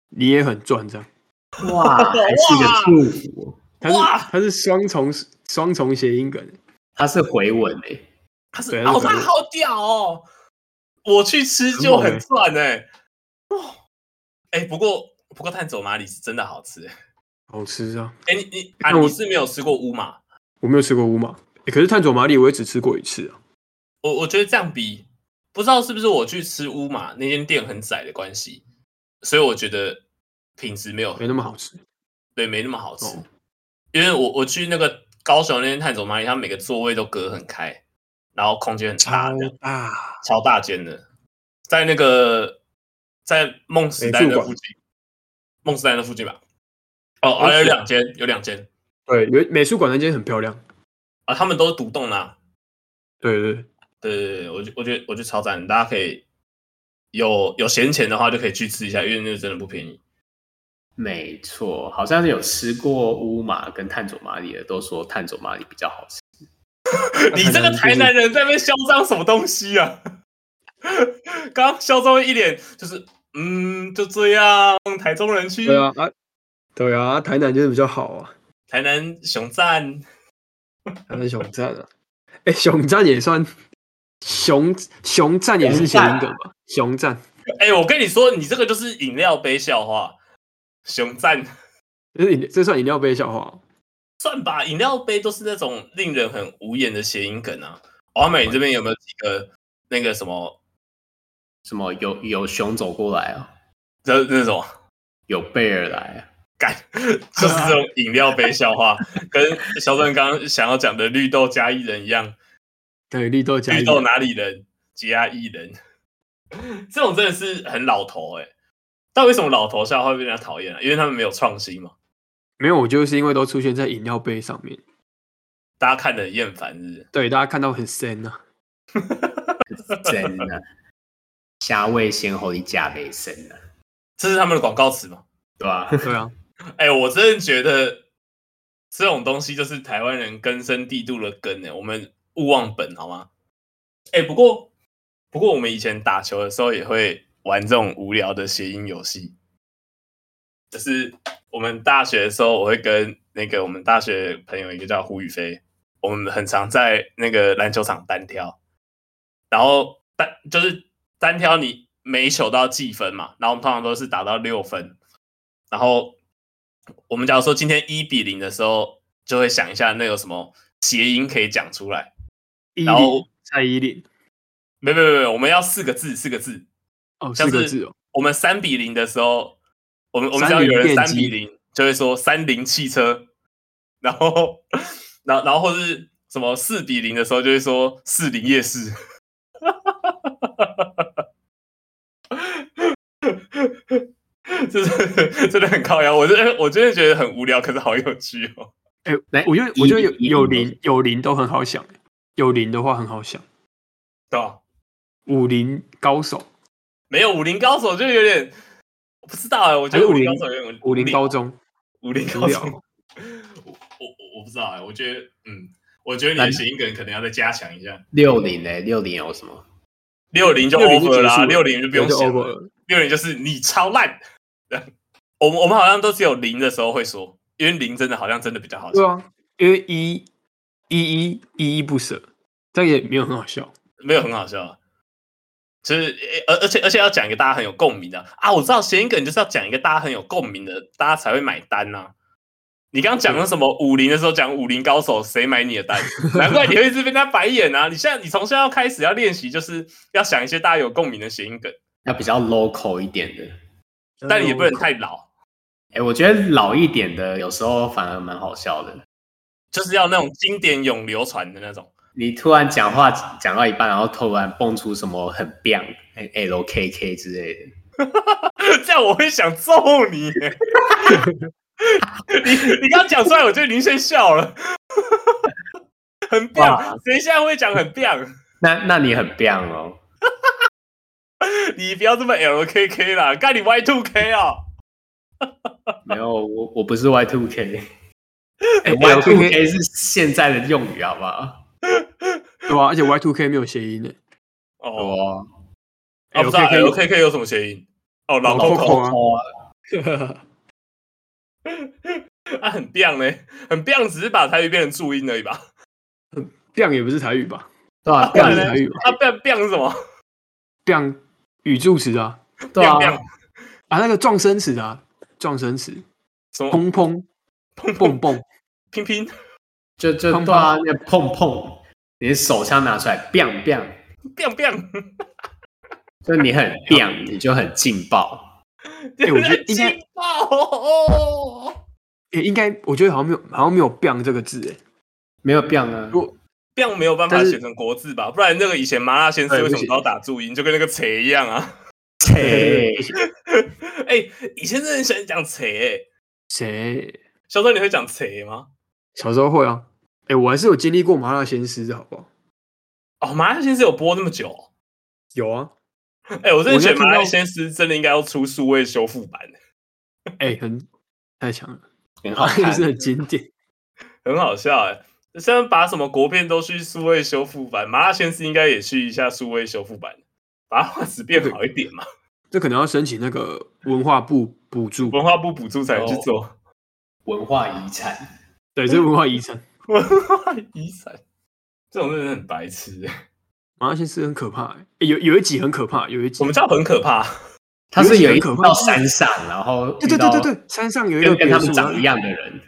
[SPEAKER 3] 你也很赚这样。
[SPEAKER 1] 哇，还是一个祝福，
[SPEAKER 3] 它是
[SPEAKER 2] 哇
[SPEAKER 3] 它是双重双重谐音梗，
[SPEAKER 1] 它是回文哎、
[SPEAKER 2] 它是
[SPEAKER 3] 对它
[SPEAKER 2] 哦，
[SPEAKER 3] 是
[SPEAKER 2] 它好屌哦，我去吃就
[SPEAKER 3] 欸
[SPEAKER 2] 很赚哎、哦，哎、不过不过碳走马里是真的好吃，哎、
[SPEAKER 3] 好吃啊！
[SPEAKER 2] 你你啊
[SPEAKER 3] 那我
[SPEAKER 2] 你是没有吃过乌马，
[SPEAKER 3] 我没有吃过乌马，诶可是探左马里我也只吃过一次啊。
[SPEAKER 2] 我我觉得这样比，不知道是不是我去吃乌马那间店很窄的关系，所以我觉得品质没有
[SPEAKER 3] 没那么好吃。
[SPEAKER 2] 对，没那么好吃。
[SPEAKER 3] 哦
[SPEAKER 2] 因为我我去那个高雄那间探索蚂蚁，它每个座位都隔很开，然后空间很大
[SPEAKER 3] 超
[SPEAKER 2] 这样，
[SPEAKER 3] 大，
[SPEAKER 2] 超大间的，在那个在梦时代
[SPEAKER 3] 美术
[SPEAKER 2] 那
[SPEAKER 3] 馆
[SPEAKER 2] 附近，梦时代那附近吧。哦，哦有两间，有两间
[SPEAKER 3] 对，有美术馆那间很漂亮。
[SPEAKER 2] 啊，他们都是独栋啦。
[SPEAKER 3] 对对对，
[SPEAKER 2] 对对对，我觉我觉得我觉得超赞，大家可以有有闲钱的话就可以去吃一下，因为那个真的不便宜。
[SPEAKER 1] 没错，好像有吃过乌马跟炭佐麻里的，都说炭佐麻里比较好吃。
[SPEAKER 2] 你这个台南人在那边嚣张什么东西啊？ 刚刚嚣张一脸就是，嗯，就这样，台中人去，
[SPEAKER 3] 对啊啊，对啊，台南就是比较好啊，
[SPEAKER 2] 台南熊赞，
[SPEAKER 3] 台南熊站啊，哎、熊站也算熊熊站也是谐音梗吧？熊站
[SPEAKER 2] 哎、我跟你说，你这个就是饮料杯笑话，熊赞
[SPEAKER 3] 这是饮这算饮料杯笑话哦、
[SPEAKER 2] 算吧，饮料杯都是那种令人很无言的谐音梗啊。王美，你这边有没有几个那个什么
[SPEAKER 1] 什么有有熊走过来啊，
[SPEAKER 2] 那那种
[SPEAKER 1] 有贝尔来啊，
[SPEAKER 2] 干， 就是这种饮料杯笑话，跟小郑刚刚想要讲的绿豆加一人一样，
[SPEAKER 3] 对，绿豆加
[SPEAKER 2] 绿
[SPEAKER 3] 一
[SPEAKER 2] 豆哪里人？嘉义人， 这种真的是很老头哎、但为什么老头笑话会被人家讨厌啊？因为他们没有创新嘛。
[SPEAKER 3] 没有，我就是因为都出现在饮料杯上面，
[SPEAKER 2] 大家看得很厌烦，是不是？
[SPEAKER 3] 对，大家看到很深啊。
[SPEAKER 1] 哦真的，虾味先后一价没升了，
[SPEAKER 2] 这是他们的广告词吗？
[SPEAKER 1] 啊对吧、
[SPEAKER 3] 对啊，
[SPEAKER 2] 哎、我真的觉得这种东西就是台湾人根深蒂固的根欸呢、我们勿忘本好吗？哎、不过不过我们以前打球的时候也会玩这种无聊的谐音游戏，就是我们大学的时候，我会跟那个我们大学朋友一个叫胡宇飞，我们很常在那个篮球场单挑，然后单就是单挑你每一球都要计分嘛，然后我们通常都是打到六分，然后我们假如说今天一比零的时候，就会想一下那有什么谐音可以讲出来，
[SPEAKER 3] 伊
[SPEAKER 2] 然后
[SPEAKER 3] 林蔡依林
[SPEAKER 2] 没没没没，我们要四个字四个字，
[SPEAKER 3] 哦，
[SPEAKER 2] 像
[SPEAKER 3] 四
[SPEAKER 2] 是
[SPEAKER 3] 个字哦，
[SPEAKER 2] 我们三比零的时候，我们我们只要有人三
[SPEAKER 3] 三
[SPEAKER 2] 比
[SPEAKER 3] 菱
[SPEAKER 2] 零，就会说三菱汽车， 然后然后然后或是什么四比零的时候，就会说四零夜市。 就是真的很靠腰，我真的我真的觉得很无聊，可是好有趣哦。
[SPEAKER 3] 哎、
[SPEAKER 1] 来
[SPEAKER 3] 我觉得我觉得有
[SPEAKER 1] 伊林
[SPEAKER 3] 有
[SPEAKER 1] 伊林
[SPEAKER 3] 零有零都很好想，有零的话很好想，
[SPEAKER 2] 对啊吧？
[SPEAKER 3] 武林高手，
[SPEAKER 2] 没有武林高手就有点，我不知道哎、我觉得武
[SPEAKER 3] 还是
[SPEAKER 2] 林
[SPEAKER 3] 武
[SPEAKER 2] 高
[SPEAKER 3] 林
[SPEAKER 2] 手有点
[SPEAKER 3] 武林
[SPEAKER 2] 聊
[SPEAKER 3] 高中
[SPEAKER 2] 武林
[SPEAKER 3] 无
[SPEAKER 2] 高
[SPEAKER 3] 聊
[SPEAKER 2] 手，
[SPEAKER 3] 哦，
[SPEAKER 2] 我我我不知道哎、我觉得嗯，我觉得你的谐音梗可能要再加强一下。
[SPEAKER 1] 六零嘞，六零有什么？
[SPEAKER 2] 六零就
[SPEAKER 3] 六零就
[SPEAKER 2] over
[SPEAKER 3] 结束
[SPEAKER 2] 啦，
[SPEAKER 3] 了
[SPEAKER 2] 六零就不用
[SPEAKER 3] 就
[SPEAKER 2] 想
[SPEAKER 3] over
[SPEAKER 2] 了。
[SPEAKER 3] 了。
[SPEAKER 2] 六零就是你超烂。 我们我们好像都只有零的时候会说，因为零真的好像真的比较好笑
[SPEAKER 3] 对。啊，因为依依依依依不舍，但也没有很好笑。
[SPEAKER 2] 没有很好笑啊，就是诶而而且而且要讲一个大家很有共鸣的啊啊，我知道谐音梗就是要讲一个大家很有共鸣的，大家才会买单呐、你刚刚讲的什么武林的时候讲武林高手，谁买你的单？难怪你会一直被他白眼啊！你现在你从现在要开始要练习，就是要想一些大家有共鸣的谐音梗，
[SPEAKER 1] 要比较 local 一点的。
[SPEAKER 2] 但你也不能太老，
[SPEAKER 1] 哎、我觉得老一点的有时候反而蛮好笑的。
[SPEAKER 2] 就是要那种经典永流传的那种。
[SPEAKER 1] 你突然讲话讲到一半，然后突然蹦出什么很 biang、LKK 之类的，
[SPEAKER 2] 这样我会想揍你耶。你你刚讲出来，我就已经先笑了，很
[SPEAKER 1] 哇
[SPEAKER 2] 棒。谁现在会讲很棒？
[SPEAKER 1] 那那你很 biang 哦。
[SPEAKER 2] 你不要这么 LKK 啦，干你 Y two K 啊！
[SPEAKER 1] 没有，我我不是 Y two K，哎
[SPEAKER 3] 哎
[SPEAKER 1] y two
[SPEAKER 3] ，Y2K
[SPEAKER 1] K 是现在的用语，好不好？
[SPEAKER 3] 对啊，而且 Y two K 没有谐音呢，
[SPEAKER 2] 哦，
[SPEAKER 1] 我
[SPEAKER 2] 啊不知道
[SPEAKER 3] LKK
[SPEAKER 2] LKK 有什么谐音？哦，老
[SPEAKER 3] 老
[SPEAKER 2] Coco
[SPEAKER 3] Coco
[SPEAKER 1] 啊
[SPEAKER 3] 啊，
[SPEAKER 2] 啊，很棒呢，很棒，只是把台语变成注音而已吧。
[SPEAKER 3] b a n g 也不是台语吧
[SPEAKER 1] 对啊，
[SPEAKER 2] 不然
[SPEAKER 1] 干
[SPEAKER 3] ？biang 是
[SPEAKER 2] 呢
[SPEAKER 3] 台语吧
[SPEAKER 2] 啊，棒棒是什么？
[SPEAKER 3] ？biang 语助词啊，
[SPEAKER 1] 对啊
[SPEAKER 2] 棒，棒
[SPEAKER 3] 啊那个撞声词啊，撞声词，
[SPEAKER 2] 什么
[SPEAKER 3] 砰砰
[SPEAKER 2] 砰砰
[SPEAKER 3] 蹦蹦，
[SPEAKER 2] 拼拼？
[SPEAKER 1] 就就
[SPEAKER 3] 碰碰
[SPEAKER 1] 对啊，那碰碰，你的手枪拿出来，biang biang，
[SPEAKER 2] 棒棒！
[SPEAKER 1] 就你很 biang，你就很劲爆。
[SPEAKER 3] 哎我觉得应该
[SPEAKER 2] 劲爆哦！
[SPEAKER 3] 也应该我觉得好像没有好像没有 biang 这个字哎，
[SPEAKER 1] 没有 biang 啊，
[SPEAKER 3] 如
[SPEAKER 2] 这样没有办法
[SPEAKER 3] 但是
[SPEAKER 2] 写成国字吧？不然那个以前麻辣鲜师
[SPEAKER 3] 对
[SPEAKER 2] 为什
[SPEAKER 3] 不
[SPEAKER 2] 么
[SPEAKER 3] 行
[SPEAKER 2] 都要打注音，就跟那个“贼”一样啊？
[SPEAKER 1] 切，
[SPEAKER 2] 哎、以前真的很喜欢讲“贼”欸。
[SPEAKER 3] 谁
[SPEAKER 2] 小时候你会讲“贼”吗？
[SPEAKER 3] 小时候会啊？哎，我还是有经历过麻辣鲜师的好不好？
[SPEAKER 2] 哦，麻辣鲜师有播那么久哦、
[SPEAKER 3] 有啊，
[SPEAKER 2] 哎、我真的觉得
[SPEAKER 3] 我就听到
[SPEAKER 2] 麻辣鲜师真的应该要出数位修复版，
[SPEAKER 3] 哎，很太强了，
[SPEAKER 1] 很好
[SPEAKER 3] 就
[SPEAKER 1] 哦看。
[SPEAKER 3] 是很经典。
[SPEAKER 2] 很好笑哎、现在把什么国片都去数位修复版，麻辣鲜师应该也去一下数位修复版，把它画质变好一点嘛。
[SPEAKER 3] 这可能要申请那个文化部补助，
[SPEAKER 2] 文化部补助才能去做、
[SPEAKER 3] 哦
[SPEAKER 1] 文化遗产，
[SPEAKER 3] 对，这是文化遗产。
[SPEAKER 2] 文化遗产，这种真的很白痴、欸。
[SPEAKER 3] 麻辣鲜师很可怕、欸欸有有一集很可怕，有一集
[SPEAKER 2] 什么叫很可怕？
[SPEAKER 1] 它是有一个
[SPEAKER 3] 很可怕
[SPEAKER 1] 到山上，然后
[SPEAKER 3] 对
[SPEAKER 1] 遇
[SPEAKER 3] 对
[SPEAKER 1] 到
[SPEAKER 3] 对对对，山上有一个
[SPEAKER 1] 跟跟
[SPEAKER 3] 别
[SPEAKER 1] 他
[SPEAKER 3] 墅
[SPEAKER 1] 们
[SPEAKER 3] 然后
[SPEAKER 1] 长一样的人。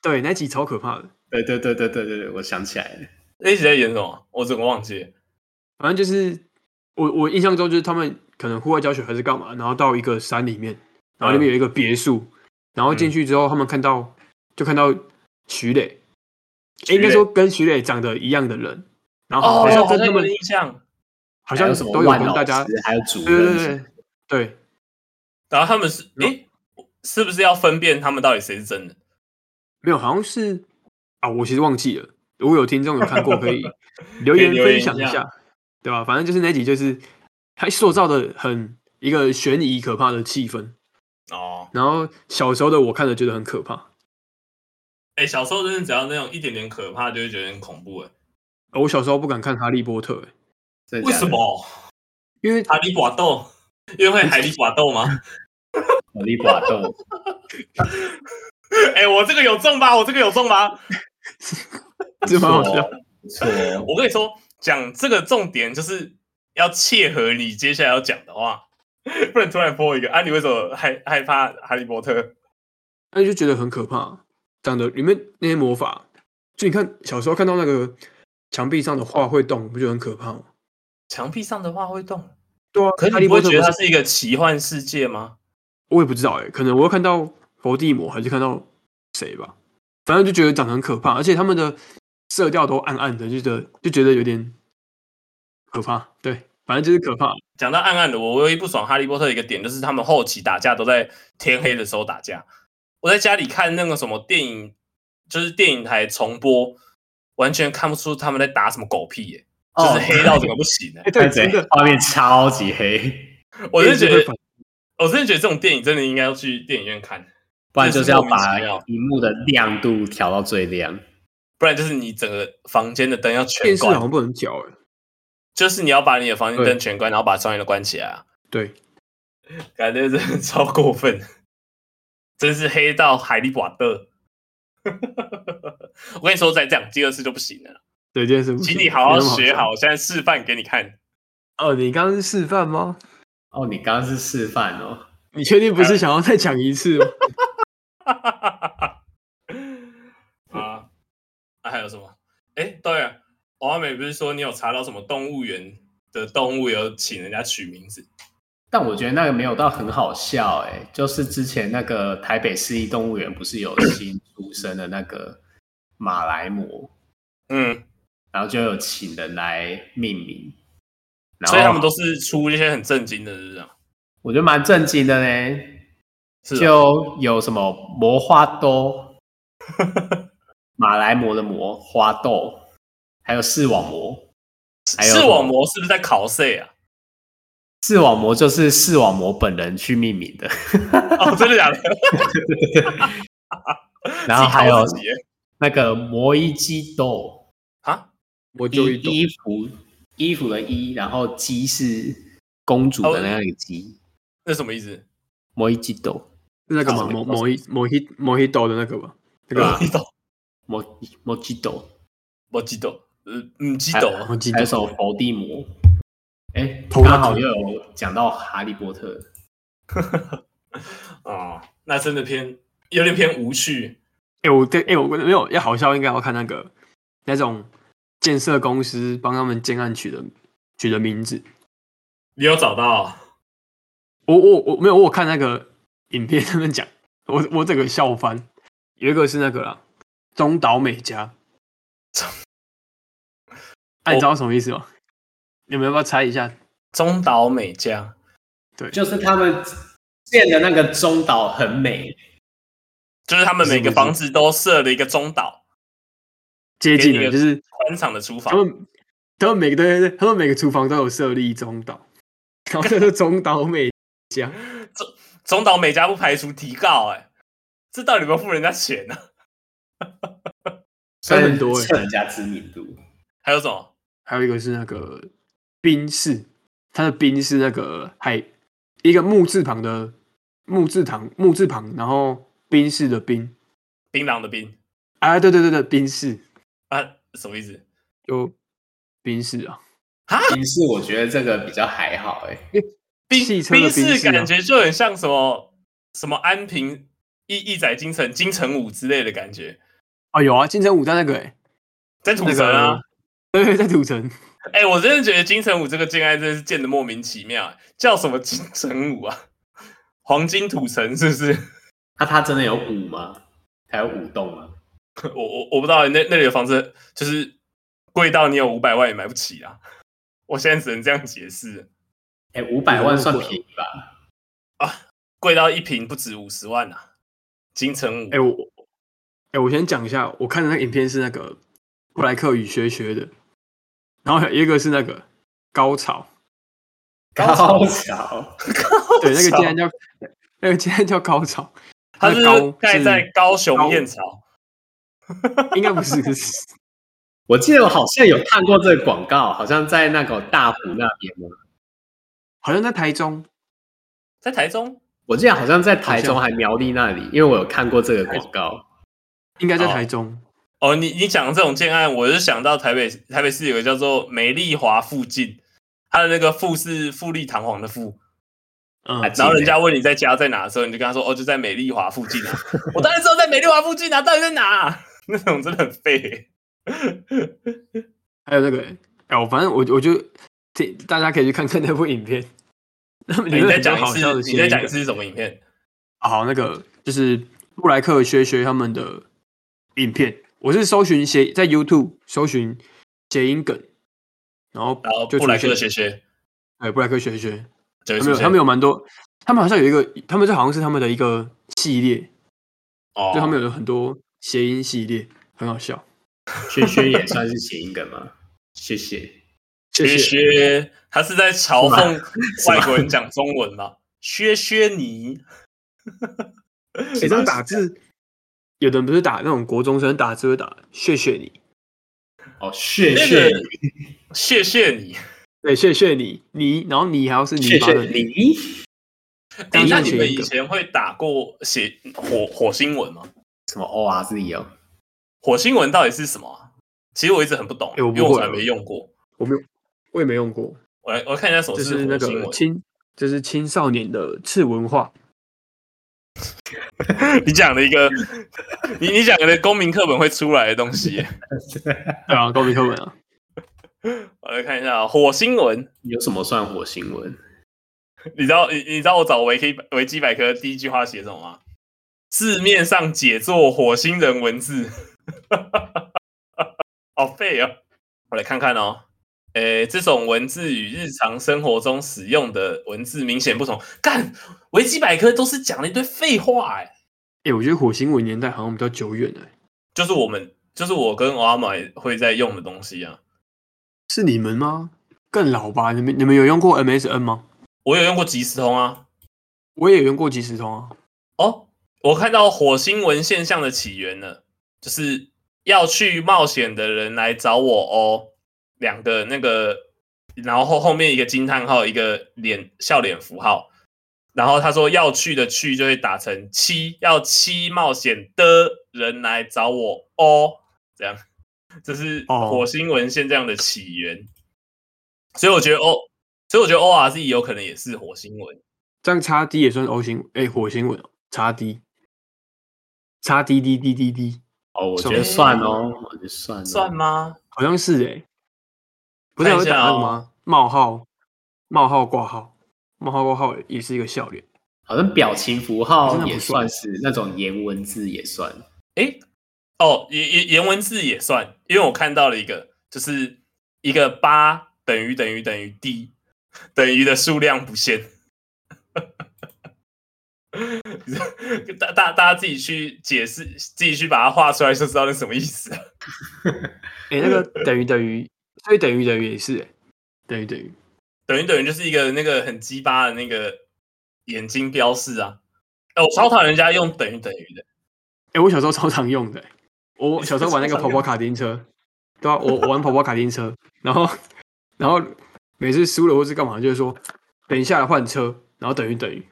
[SPEAKER 3] 对，那集超可怕的。
[SPEAKER 1] 啊对对对对对对对，我想起来了，
[SPEAKER 2] 那一集在演什么？我怎么忘记了？
[SPEAKER 3] 反正就是我我印象中就是他们可能户外教学还是干嘛，然后到一个山里面，然后那边有一个别墅，然后进去之后他们看到就看到徐磊，欸应该
[SPEAKER 1] 磊
[SPEAKER 3] 说跟徐磊长得一样的人，然后
[SPEAKER 2] 哦，
[SPEAKER 3] 好像
[SPEAKER 2] 好
[SPEAKER 3] 跟
[SPEAKER 2] 像
[SPEAKER 3] 他
[SPEAKER 2] 有
[SPEAKER 3] 们
[SPEAKER 2] 印象。
[SPEAKER 3] 好
[SPEAKER 1] 还
[SPEAKER 3] 像
[SPEAKER 1] 有什么
[SPEAKER 3] 都有
[SPEAKER 1] 万
[SPEAKER 3] 跟
[SPEAKER 1] 老
[SPEAKER 3] 大家
[SPEAKER 1] 师，啊还有主
[SPEAKER 3] 对对
[SPEAKER 1] 任
[SPEAKER 3] 对
[SPEAKER 1] 什么，
[SPEAKER 3] 对对，
[SPEAKER 2] 然后他们是，
[SPEAKER 3] 有
[SPEAKER 2] 诶，是不是要分辨他们到底谁是真的？
[SPEAKER 3] 没有，好像是啊，我其实忘记了，如果有听众有看过，可以留言
[SPEAKER 2] 留言
[SPEAKER 3] 分享
[SPEAKER 2] 一下
[SPEAKER 3] 下，对吧？反正就是那集就是还塑造的很一个悬疑可怕的气氛。
[SPEAKER 2] 哦，
[SPEAKER 3] 然后小时候的我看着觉得很可怕，
[SPEAKER 2] 哎、小时候真的只要那种一点点可怕，就会觉得很恐怖、哎，
[SPEAKER 3] 哦我小时候不敢看《哈利波特、欸
[SPEAKER 1] 真的
[SPEAKER 2] 为
[SPEAKER 1] 假的
[SPEAKER 2] 什？么？
[SPEAKER 3] 因为
[SPEAKER 2] 海里寡斗，因为会海里寡斗 吗？
[SPEAKER 1] 我力寡斗，
[SPEAKER 2] 哎、我这个有中吧？我这个有中吧？
[SPEAKER 3] 这 蛮好
[SPEAKER 1] 不
[SPEAKER 3] 笑
[SPEAKER 1] 错哦，不错哦，
[SPEAKER 2] 我跟你说，讲这个重点就是要切合你接下来要讲的话，不能突然播一个啊！你为什么害害怕哈利波特？
[SPEAKER 3] 那就觉得很可怕。长得里面那些魔法，就你看小时候看到那个墙壁上的画会动，不就很可怕吗？
[SPEAKER 2] 墙壁上的话会动，
[SPEAKER 3] 对啊，
[SPEAKER 2] 可
[SPEAKER 3] 哈
[SPEAKER 2] 是
[SPEAKER 3] 利
[SPEAKER 2] 你不
[SPEAKER 3] 波
[SPEAKER 2] 会
[SPEAKER 3] 特
[SPEAKER 2] 觉得它
[SPEAKER 3] 不是
[SPEAKER 2] 是一个奇幻世界吗？
[SPEAKER 3] 我也不知道哎、可能我又看到伏地魔，还是看到谁吧，反正就觉得长得很可怕，而且他们的色调都暗暗的，就觉得就觉得有点可怕。对，反正就是可怕。
[SPEAKER 2] 讲到暗暗的，我唯一不爽哈利波特的一个点就是他们后期打架都在天黑的时候打架。我在家里看那个什么电影，就是电影台重播，完全看不出他们在打什么狗屁耶、
[SPEAKER 1] 哦
[SPEAKER 2] 就
[SPEAKER 3] 哦
[SPEAKER 2] 是黑到整个不行 的、
[SPEAKER 3] 哎、对，
[SPEAKER 1] 看谁
[SPEAKER 3] 真的，
[SPEAKER 1] 画面超级黑，
[SPEAKER 2] 我真的觉
[SPEAKER 3] 电视会
[SPEAKER 2] 得
[SPEAKER 3] 反，
[SPEAKER 2] 我真的觉得这种电影真的应该要去电影院看。
[SPEAKER 1] 不然就是要把
[SPEAKER 2] 真是莫名其妙
[SPEAKER 1] 荧幕的亮度调到最亮。
[SPEAKER 2] 不然就是你整个房间的灯要全
[SPEAKER 3] 电视好
[SPEAKER 2] 关，
[SPEAKER 3] 像不能调哎、
[SPEAKER 2] 就是你要把你的房间灯全关，然后把窗帘都关起来啊，
[SPEAKER 3] 对，
[SPEAKER 2] 感觉真的超过分，真是黑到海里瓦特。 我跟你说，再这样第二次就不行了，
[SPEAKER 3] 对，电视不行。
[SPEAKER 2] 请你好好
[SPEAKER 3] 没那么
[SPEAKER 2] 学
[SPEAKER 3] 笑
[SPEAKER 2] 好，。我现在示范给你看。
[SPEAKER 3] 哦，你刚刚是示范吗？
[SPEAKER 1] 哦，你刚刚是示范哦，
[SPEAKER 3] 你确定不
[SPEAKER 2] 呃
[SPEAKER 3] 是想要再讲 一次吗？
[SPEAKER 2] 啊，啊还有什么？哎，对了，王阿美不是说你有查到什么动物园的动物有请人家取名字？
[SPEAKER 1] 但我觉得那个没有到很好笑哎、就是之前那个台北市立动物园不是有新出生的那个马来貘，
[SPEAKER 2] 嗯，
[SPEAKER 1] 然后就有请人来命名，然后
[SPEAKER 2] 所以他们都是出一些很震惊的，是不是啊？
[SPEAKER 1] 我觉得蛮震惊的呢，
[SPEAKER 2] 是啊
[SPEAKER 1] 就有什么魔花 豆，马来貘的貘花豆，还有视网膜，还有
[SPEAKER 2] 视网膜是不是在考试啊？
[SPEAKER 1] 视网膜就是视网膜本人去命名 的，
[SPEAKER 2] 哦，真的假 的？
[SPEAKER 1] 然后还有
[SPEAKER 2] 自己考自己
[SPEAKER 1] 那个魔衣鸡豆。
[SPEAKER 2] 啊，
[SPEAKER 3] 我就一
[SPEAKER 1] 衣
[SPEAKER 3] 懂。
[SPEAKER 1] 衣服衣服的衣，然后鸡是公主的那个
[SPEAKER 2] 哦
[SPEAKER 1] 鸡，
[SPEAKER 2] 那什么意思？
[SPEAKER 1] 摩伊鸡豆，
[SPEAKER 3] 是那个
[SPEAKER 2] 好
[SPEAKER 3] 嘛，
[SPEAKER 2] 我
[SPEAKER 3] 某
[SPEAKER 2] 告诉
[SPEAKER 3] 某一某一某一斗的那个吧，那
[SPEAKER 1] 对啊
[SPEAKER 3] 个
[SPEAKER 2] 你懂？
[SPEAKER 1] 摩摩鸡豆，
[SPEAKER 2] 我记得，呃，嗯，记得
[SPEAKER 3] 哎我记
[SPEAKER 1] 还有
[SPEAKER 3] 得
[SPEAKER 1] 什么伏地魔？哎，
[SPEAKER 3] 头大
[SPEAKER 1] 刚好又有讲到哈利波特，
[SPEAKER 2] 哦，那真的偏有点偏无趣
[SPEAKER 3] 哎、我对，哎、我没有要好笑，应该要看那个那种建设公司帮他们建案取的取的名字。
[SPEAKER 2] 你有找到？
[SPEAKER 3] 我我我没有，我有看那个影片他们讲，我我整个笑翻。有一个是那个啦，中岛美嘉，哎、你知道什么意思吗？你们要不要猜一下？
[SPEAKER 2] 中岛美嘉，
[SPEAKER 1] 就是他们建的那个中岛很美，
[SPEAKER 2] 就是他们每个房子都设了一个中岛
[SPEAKER 3] 接近
[SPEAKER 2] 给你
[SPEAKER 3] 了，
[SPEAKER 2] 个
[SPEAKER 3] 就是
[SPEAKER 2] 宽敞的厨
[SPEAKER 3] 他
[SPEAKER 2] 房，
[SPEAKER 3] 们他们每个对对对，他们每个厨房都有设立中岛，然后叫做中岛美嘉。
[SPEAKER 2] 中岛美嘉不排除提告，哎，这到底有没有付人家钱呢？
[SPEAKER 1] 所以
[SPEAKER 3] 很多欸
[SPEAKER 1] 蹭人家知名度。
[SPEAKER 2] 还有什么？
[SPEAKER 3] 还有一个是那个冰室，它的冰是那个海一个木字旁的木字旁木字旁，然后冰室的冰
[SPEAKER 2] 槟榔的槟
[SPEAKER 3] 啊，对对对对，冰室
[SPEAKER 2] 啊，什么意思？
[SPEAKER 3] 就冰室啊，
[SPEAKER 1] 冰室我觉得这个比较还好哎，
[SPEAKER 2] 冰
[SPEAKER 3] 汽车的
[SPEAKER 2] 冰
[SPEAKER 3] 冰
[SPEAKER 2] 室
[SPEAKER 3] 室啊
[SPEAKER 2] 感觉就很像什么什么安平一一载京城金城武之类的感觉，
[SPEAKER 3] 哦有啊，金城武在那个哎、
[SPEAKER 2] 在土
[SPEAKER 3] 那
[SPEAKER 2] 城啊
[SPEAKER 3] 个。对 对，在土城，
[SPEAKER 2] 哎、我真的觉得金城武这个建案真是建的莫名其妙、叫什么金城武啊？黄金土城是不是？
[SPEAKER 1] 那它真的有舞吗？还有舞动吗？
[SPEAKER 2] 我我我不知道、那那里的房子就是贵到你有五百万也买不起啊！我现在只能这样解释，
[SPEAKER 1] 哎，五百万算便宜吧？
[SPEAKER 2] 贵到一平不止五十万啊！金城武，
[SPEAKER 3] 哎哎、我哎、我先讲一下，我看的那个影片是那个布莱克语学学的，然后一个是那个高潮，
[SPEAKER 1] 高潮，
[SPEAKER 3] 对，那个竟然叫那个竟然叫高潮，
[SPEAKER 2] 它是
[SPEAKER 3] 那高
[SPEAKER 2] 盖
[SPEAKER 3] 是
[SPEAKER 2] 在高雄燕巢，
[SPEAKER 3] 应该不是，可是
[SPEAKER 1] 我记得我好像有看过这个广告，好像在那个大埔那边嘛。
[SPEAKER 3] 好像在台中，
[SPEAKER 2] 在台中，
[SPEAKER 1] 我记得好像在台中
[SPEAKER 3] 好
[SPEAKER 1] 还苗栗那里，因为我有看过这个广告。
[SPEAKER 3] 应该在
[SPEAKER 2] 哦
[SPEAKER 3] 台中，
[SPEAKER 2] 哦，你你讲这种建案，我就想到台北台北市有个叫做美丽华附近，它的那个富是富丽堂皇的富，
[SPEAKER 3] 嗯，
[SPEAKER 1] 台中
[SPEAKER 2] 然后人家问你在家在哪的时候，你就跟他说哦就在美丽华附近啊，我当然知道在美丽华附近啊，到底在哪、那种真的很废、
[SPEAKER 3] 还有那个，哎，我反正我我就这大家可以去看看那部影片，那里面
[SPEAKER 2] 哎你再
[SPEAKER 3] 很多
[SPEAKER 2] 讲一
[SPEAKER 3] 好笑
[SPEAKER 2] 次
[SPEAKER 3] 的，
[SPEAKER 2] 你再
[SPEAKER 3] 谐
[SPEAKER 2] 讲
[SPEAKER 3] 音
[SPEAKER 2] 一次是什么影片？
[SPEAKER 3] 好，那个就是布莱克学学他们的影片，我是搜寻谐在 YouTube 搜寻谐音梗，然后
[SPEAKER 2] 然后
[SPEAKER 3] 就
[SPEAKER 2] 布莱克
[SPEAKER 3] 出
[SPEAKER 2] 的
[SPEAKER 3] 现
[SPEAKER 2] 学学
[SPEAKER 3] 对布莱克学学，
[SPEAKER 2] 就会
[SPEAKER 3] 他们
[SPEAKER 2] 出
[SPEAKER 3] 有
[SPEAKER 2] 现，
[SPEAKER 3] 他们有蛮多，他们好像有一个，他们这好像是他们的一个系列，
[SPEAKER 2] 哦，
[SPEAKER 3] 就他们有很多谐音系列，很好笑。
[SPEAKER 1] 轩轩也算是谐音梗吗？ 谢谢。
[SPEAKER 3] 谢
[SPEAKER 2] 薛
[SPEAKER 3] 谢。
[SPEAKER 2] 薛，他是在嘲讽外国人讲中文嘛？薛薛你，
[SPEAKER 3] 哎、这样打字，有的人不是打那种国中生打字会打谢谢你，
[SPEAKER 1] 哦，谢
[SPEAKER 2] 那
[SPEAKER 1] 谢
[SPEAKER 2] 个谢谢你。
[SPEAKER 3] 对，谢谢你，你，然后你还要是你
[SPEAKER 1] 谢
[SPEAKER 3] 发
[SPEAKER 1] 谢
[SPEAKER 3] 的你，
[SPEAKER 1] 你。
[SPEAKER 3] 这
[SPEAKER 2] 哎、那
[SPEAKER 3] 样算
[SPEAKER 2] 你
[SPEAKER 3] 谐
[SPEAKER 2] 们
[SPEAKER 3] 音
[SPEAKER 2] 以
[SPEAKER 3] 梗。
[SPEAKER 2] 前会打过写火火星文吗？
[SPEAKER 1] 什么 O R Z 哦？
[SPEAKER 2] 火星文到底是什么啊、其实我一直很不懂，
[SPEAKER 3] 哎我
[SPEAKER 2] 因
[SPEAKER 3] 不
[SPEAKER 2] 为我
[SPEAKER 3] 会
[SPEAKER 2] 从来没用过。
[SPEAKER 3] 我没有，我也没用过。
[SPEAKER 2] 我来，我来看一下什么
[SPEAKER 3] 就是那
[SPEAKER 2] 火星
[SPEAKER 3] 个
[SPEAKER 2] 文。
[SPEAKER 3] 青，就是青少年的次文化。
[SPEAKER 2] 你讲了一个，你你讲的公民课本会出来的东西。
[SPEAKER 3] 对啊，高明课文啊，
[SPEAKER 2] 我来看一下啊火星文，
[SPEAKER 1] 有什么算火星文？
[SPEAKER 2] 你知道你你知道我找维基维基百科第一句话写什么吗？字面上解作火星人文字， 好废哦！我来看看哦。诶，这种文字与日常生活中使用的文字明显不同。干，维基百科都是讲了一堆废话，哎，
[SPEAKER 3] 哎、我觉得火星文年代好像比较久远了、
[SPEAKER 2] 就是我们，就是我跟阿买会在用的东西啊。
[SPEAKER 3] 是你们吗？更老吧？你们你们有用过 MSN 吗？
[SPEAKER 2] 我有用过即时通啊。
[SPEAKER 3] 我也有用过即时通啊。
[SPEAKER 2] 哦，我看到火星文现象的起源了，就是要去冒险的人来找我哦。两个那个，然后后后面一个惊叹号，一个脸笑脸符号。然后他说要去的去就会打成七，要七冒险的人来找我哦。这样，这是
[SPEAKER 3] 哦
[SPEAKER 2] 火星文现象的起源。所以我觉得 O，所以我觉得 O R Z 有可能也是火星文。
[SPEAKER 3] 这样叉 D 也算 O 型，哎、火星文叉 D，叉 D D D D D，
[SPEAKER 1] 哦，我
[SPEAKER 3] 什
[SPEAKER 1] 觉
[SPEAKER 3] 么
[SPEAKER 1] 得算哦，我觉得算哦
[SPEAKER 2] 算吗？
[SPEAKER 3] 好像是哎、不是
[SPEAKER 2] 看
[SPEAKER 3] 还
[SPEAKER 2] 一
[SPEAKER 3] 会
[SPEAKER 2] 下
[SPEAKER 3] 打那个
[SPEAKER 2] 哦
[SPEAKER 3] 吗？冒号，冒号挂号，冒号挂号也是一个笑脸。
[SPEAKER 1] 好像表情符
[SPEAKER 3] 好
[SPEAKER 1] 号
[SPEAKER 3] 像
[SPEAKER 1] 也
[SPEAKER 3] 不算
[SPEAKER 1] 算是，那种颜文字也算。
[SPEAKER 2] 诶，哦，颜颜颜文字也算，因为我看到了一个，就是一个八等于等于等于 d 等于的数量不限。 大大大家自己去解释，自己去把它画出来就知道那什么意思了。
[SPEAKER 3] 哎、 那个等于等于，所以等于等于也是、欸，等于等于。
[SPEAKER 2] 等于等于就是一个那个很鸡巴的那个眼睛标示啊。哎，我超讨厌人家用等于等于的。
[SPEAKER 3] 哎、我小时候超常用的欸、我小时候玩那个
[SPEAKER 2] 超常
[SPEAKER 3] 跑
[SPEAKER 2] 用
[SPEAKER 3] 跑卡丁车，对啊，我我玩跑跑卡丁车，然后然后每次输了或是干嘛，就是说等一下换车，然后等于等于，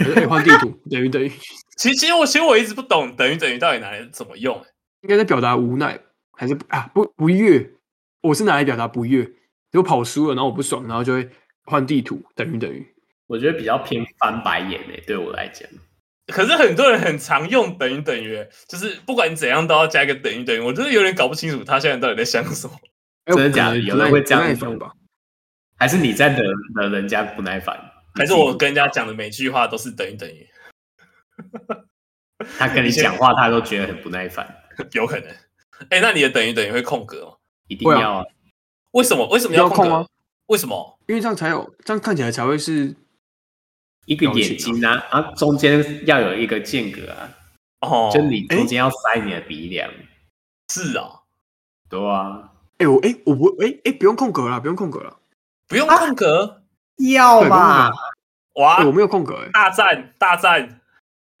[SPEAKER 3] 我说欸换、地图等于等于，
[SPEAKER 2] 其实其实我其实我一直不懂等于等于到底哪里怎么用、欸。
[SPEAKER 3] 应该在表达无奈还是啊不不悦？我是拿来表达不悦，如果跑输了，然后我不爽，然后就会换地图等于等于。
[SPEAKER 1] 我觉得比较偏翻白眼诶、对我来讲，
[SPEAKER 2] 可是很多人很常用等于等于，就是不管怎样都要加一个等于等于，我真的有点搞不清楚他现在到底在想 什么。
[SPEAKER 3] 哎我
[SPEAKER 1] 真的
[SPEAKER 3] 可
[SPEAKER 1] 假的
[SPEAKER 3] 能
[SPEAKER 1] 有
[SPEAKER 3] 不
[SPEAKER 1] 人
[SPEAKER 3] 耐
[SPEAKER 1] 会
[SPEAKER 3] 不
[SPEAKER 1] 这样
[SPEAKER 3] 耐
[SPEAKER 1] 子
[SPEAKER 3] 烦
[SPEAKER 1] 用
[SPEAKER 3] 吧？
[SPEAKER 1] 还是你在惹惹人家不耐烦，
[SPEAKER 2] 还是我跟人家讲的每句话都是等于等于，
[SPEAKER 1] 他跟你讲话，他都觉得很不耐烦，
[SPEAKER 2] 有可能。哎、那你的等于等于会空格吗？
[SPEAKER 1] 一定要啊。
[SPEAKER 2] 为什么？为什么
[SPEAKER 3] 要
[SPEAKER 2] 空格？
[SPEAKER 3] 空啊
[SPEAKER 2] 为什么？
[SPEAKER 3] 因为这样才有，这样看起来才会是
[SPEAKER 1] 一个眼睛啊，啊，中间要有一个间隔啊，
[SPEAKER 2] 哦，
[SPEAKER 1] 就你中间要塞你的鼻梁，
[SPEAKER 2] 是啊、
[SPEAKER 1] 对啊，
[SPEAKER 3] 哎、我哎、我不哎哎、不用空格啦，不用空格啦，
[SPEAKER 2] 不用空格，
[SPEAKER 1] 要吧？
[SPEAKER 2] 哇
[SPEAKER 3] 啊哎，我没有空格哎、
[SPEAKER 2] 大战大战，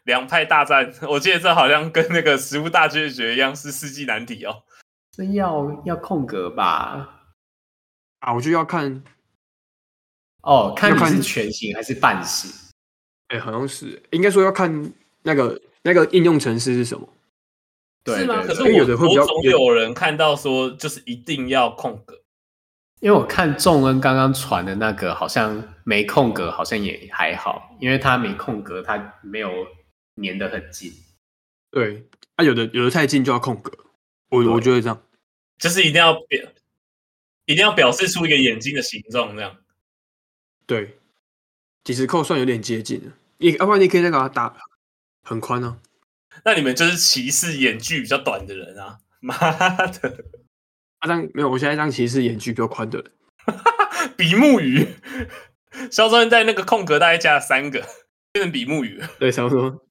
[SPEAKER 2] 两派大战。 我记得这好像跟那个《食物大决决》一样，是世纪难题哦。
[SPEAKER 1] 这要要空格吧？
[SPEAKER 3] 啊，我就要看，
[SPEAKER 1] 哦，看你
[SPEAKER 3] 要
[SPEAKER 1] 是
[SPEAKER 3] 看
[SPEAKER 1] 全形还是半形。
[SPEAKER 3] 哎、好像是、应该说要看那个那个应用程式是什么。
[SPEAKER 1] 对
[SPEAKER 2] 是吗？
[SPEAKER 1] 对
[SPEAKER 2] 可是
[SPEAKER 1] 对
[SPEAKER 3] 因为哎有的
[SPEAKER 2] 我
[SPEAKER 3] 会比较
[SPEAKER 2] 我总有人看到说，就是一定要空格。
[SPEAKER 1] 因为我看仲恩刚刚传的那个，好像没空格，好像也还好，因为他没空格，他没有粘得很紧。
[SPEAKER 3] 对，啊，有的有的太近就要空格，我我
[SPEAKER 1] 对啊
[SPEAKER 3] 觉得这样。
[SPEAKER 2] 就是一定要表，一定要表示出一个眼睛的形状，这样
[SPEAKER 3] 对，几十扣算有点接近了，你要不然你可以那个啊打很宽啊。
[SPEAKER 2] 那你们就是歧视眼距比较短的人啊！妈的，
[SPEAKER 3] 啊，当没有，我现在当其实是眼距比较宽的人。
[SPEAKER 2] 比目鱼，肖宗在那个空格大概加了三个，变成比目鱼。
[SPEAKER 3] 对，差不多。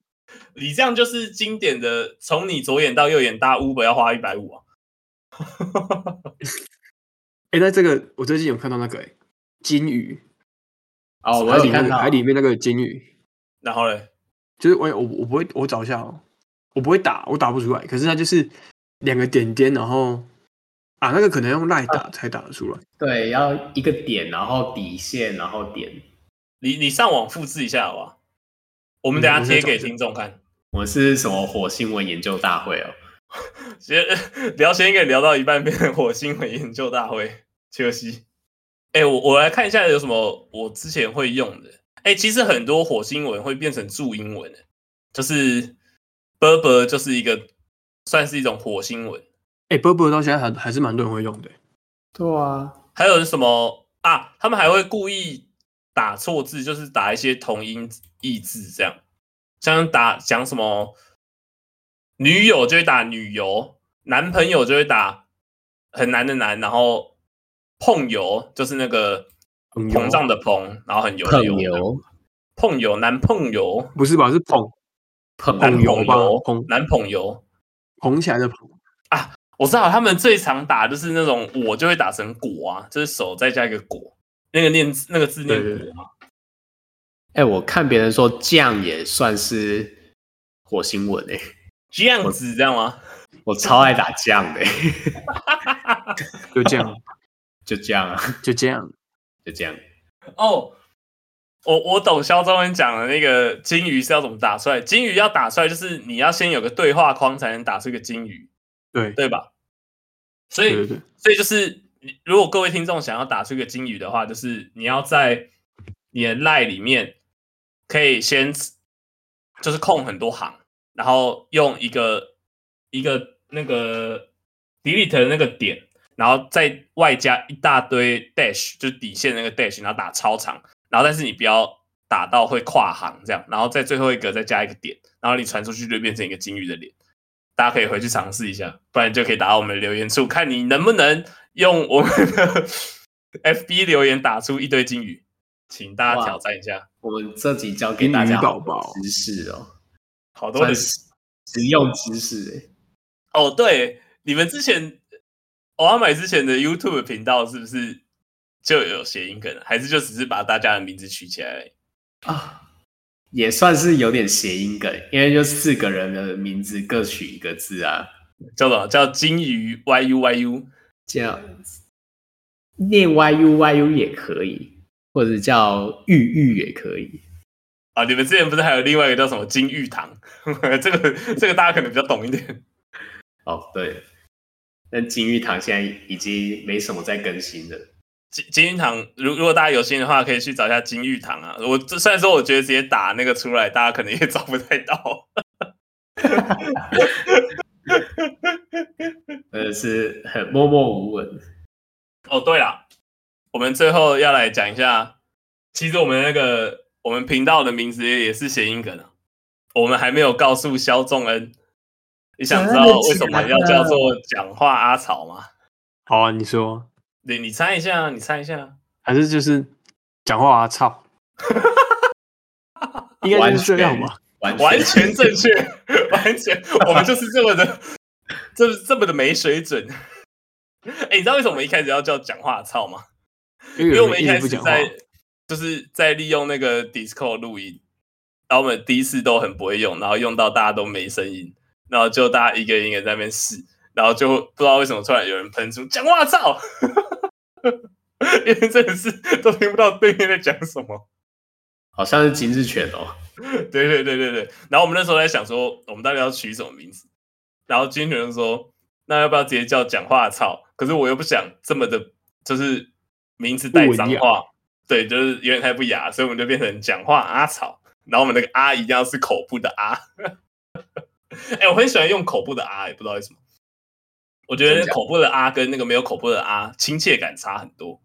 [SPEAKER 2] 你这样就是经典的，从你左眼到右眼搭 Uber 要花一百五啊！
[SPEAKER 3] 哎、那这个我最近有看到那个、欸、金鱼，
[SPEAKER 1] 哦，我
[SPEAKER 3] 海
[SPEAKER 1] 有
[SPEAKER 3] 里那
[SPEAKER 1] 看
[SPEAKER 3] 个
[SPEAKER 1] 到
[SPEAKER 3] 海里面那个金鱼，
[SPEAKER 2] 然后嘞，
[SPEAKER 3] 就是我我我不会，我找一下哦，我不会打，我打不出来。可是它就是两个点点，然后啊，那个可能用赖打才打得出来。
[SPEAKER 1] 对，要一个点，然后底线，然后点。
[SPEAKER 2] 你你上网复制一下好不好？嗯我们等一下贴给听众看。
[SPEAKER 1] 我是什么火星文研究大会哦？
[SPEAKER 2] 其实聊闲给聊到一半变成火星文研究大会，切西。哎、我我来看一下有什么我之前会用的。哎、其实很多火星文会变成注英文，欸就是 “berber” 就是一个算是一种火星文。
[SPEAKER 3] 哎、波波到现在还还是蛮多人会用的欸、
[SPEAKER 1] 对啊，
[SPEAKER 2] 还有什么啊？他们还会故意打错字，就是打一些同音异字，这样像打讲什么女友就会打女友，男朋友就会打很难的难，然后碰油就是那个
[SPEAKER 3] 很油
[SPEAKER 2] 膨胀的膨，然后很油的
[SPEAKER 1] 碰
[SPEAKER 2] 油，
[SPEAKER 1] 油
[SPEAKER 2] 碰油男碰油，
[SPEAKER 3] 不是吧？是捧
[SPEAKER 1] 碰
[SPEAKER 2] 男
[SPEAKER 3] 碰
[SPEAKER 2] 朋
[SPEAKER 3] 油吧
[SPEAKER 2] 友
[SPEAKER 3] 碰
[SPEAKER 2] 男朋友。
[SPEAKER 3] 捧起来的捧。
[SPEAKER 2] 我知道他们最常打就是那种我就会打成果啊，就是手再加一个果，那个念那个字念
[SPEAKER 3] 对对
[SPEAKER 2] 果啊。
[SPEAKER 1] 哎、我看别人说酱也算是火星文哎、
[SPEAKER 2] 这样子这样吗？
[SPEAKER 1] 我超爱打酱的、欸，
[SPEAKER 3] 就这样，
[SPEAKER 1] 就这样啊，
[SPEAKER 3] 就这样。
[SPEAKER 1] 就这样。
[SPEAKER 2] 哦，我我懂肖中文讲的那个金鱼是要怎么打出来。金鱼要打出来，就是你要先有个对话框才能打出一个金鱼，
[SPEAKER 3] 对，
[SPEAKER 2] 对吧？所
[SPEAKER 3] 对对
[SPEAKER 2] 以，
[SPEAKER 3] 对，
[SPEAKER 2] 所以就是你如果各位听众想要打出一个金鱼的话，就是你要在你的 line 里面可以先就是空很多行，然后用一个一个那个 delete 的那个点，然后再外加一大堆 dash，就是底线那个 dash，然后打超长，然后但是你不要打到会跨行这样，然后在最后一格再加一个点，然后你传出去就变成一个金鱼的脸。大家可以回去尝试一下，不然就可以打到我们的留言处，看你能不能用我们的 FB 留言打出一堆金鱼，请大家
[SPEAKER 1] 哇
[SPEAKER 2] 挑战一下。
[SPEAKER 1] 我们这集教给大家
[SPEAKER 3] 金鱼宝宝
[SPEAKER 1] 知识哦，
[SPEAKER 2] 好多
[SPEAKER 1] 算
[SPEAKER 2] 人
[SPEAKER 1] 是实用知识哎、
[SPEAKER 2] 哦，对，你们之前我要买之前的 YouTube 频道是不是就有谐音梗了？还是就只是把大家的名字取起来而已？
[SPEAKER 1] 啊，也算是有点谐音梗，因为就四个人的名字各取一个字啊，
[SPEAKER 2] 叫什么？叫金鱼 YU YU
[SPEAKER 1] 这样念 YU YU 也可以，或者叫玉玉也可以。
[SPEAKER 2] 啊！你们之前不是还有另外一个叫什么金玉堂？ 这个这个大家可能比较懂一点。
[SPEAKER 1] 哦，对，那金玉堂现在已经没什么在更新了。
[SPEAKER 2] 金金玉堂，如如果大家有心的话，可以去找一下金玉堂啊。我这虽然说我觉得直接打那个出来，大家可能也 找不太到。
[SPEAKER 1] 呃，是很默默无闻。
[SPEAKER 2] 哦，对了，我们最后要来讲一下，其实我们那个我们频道的名字也是谐音梗啊。我们还没有告诉肖仲恩，你想知道为什么要叫做讲话阿草吗？
[SPEAKER 3] 好啊，你说。
[SPEAKER 2] 你你猜一下，啊你猜一下，
[SPEAKER 3] 还是就是讲话 啊，操，应该就是这样吧？
[SPEAKER 1] 完全
[SPEAKER 2] 完全正 确，完全，我们就是这么的，这这么的没水准。 哎、你知道为什么我们一开始要叫讲话操吗？
[SPEAKER 3] 因
[SPEAKER 2] 因
[SPEAKER 3] 为
[SPEAKER 2] 为
[SPEAKER 3] 有
[SPEAKER 2] 我
[SPEAKER 3] 人
[SPEAKER 2] 们
[SPEAKER 3] 一
[SPEAKER 2] 一开
[SPEAKER 3] 直不
[SPEAKER 2] 始
[SPEAKER 3] 讲话，
[SPEAKER 2] 在就是在利用那个 Discord 录音，然后我们第一次都很不会用，然后用到大家都没声音，然后就大家一个一个在那边试，然后就不知道为什么突然有人喷出“讲话操”， 因为真的是都听不到对面在讲什么。
[SPEAKER 1] 好像是金日犬哦，
[SPEAKER 2] 对对对对对。然后我们那时候在想说，我们到底要取什么名字？然后金人说，那要不要直接叫讲话操？可是我又不想这么的，就是名字带脏
[SPEAKER 3] 不文
[SPEAKER 2] 话，对，就是有点太不雅，所以我们就变成讲话阿草。然后我们那个啊一定要是口部的啊。 哎、我很喜欢用口部的啊，也不知道为什么。我觉
[SPEAKER 1] 真
[SPEAKER 2] 得
[SPEAKER 1] 假
[SPEAKER 2] 口部的啊跟那个没有口部的啊亲切感差很多，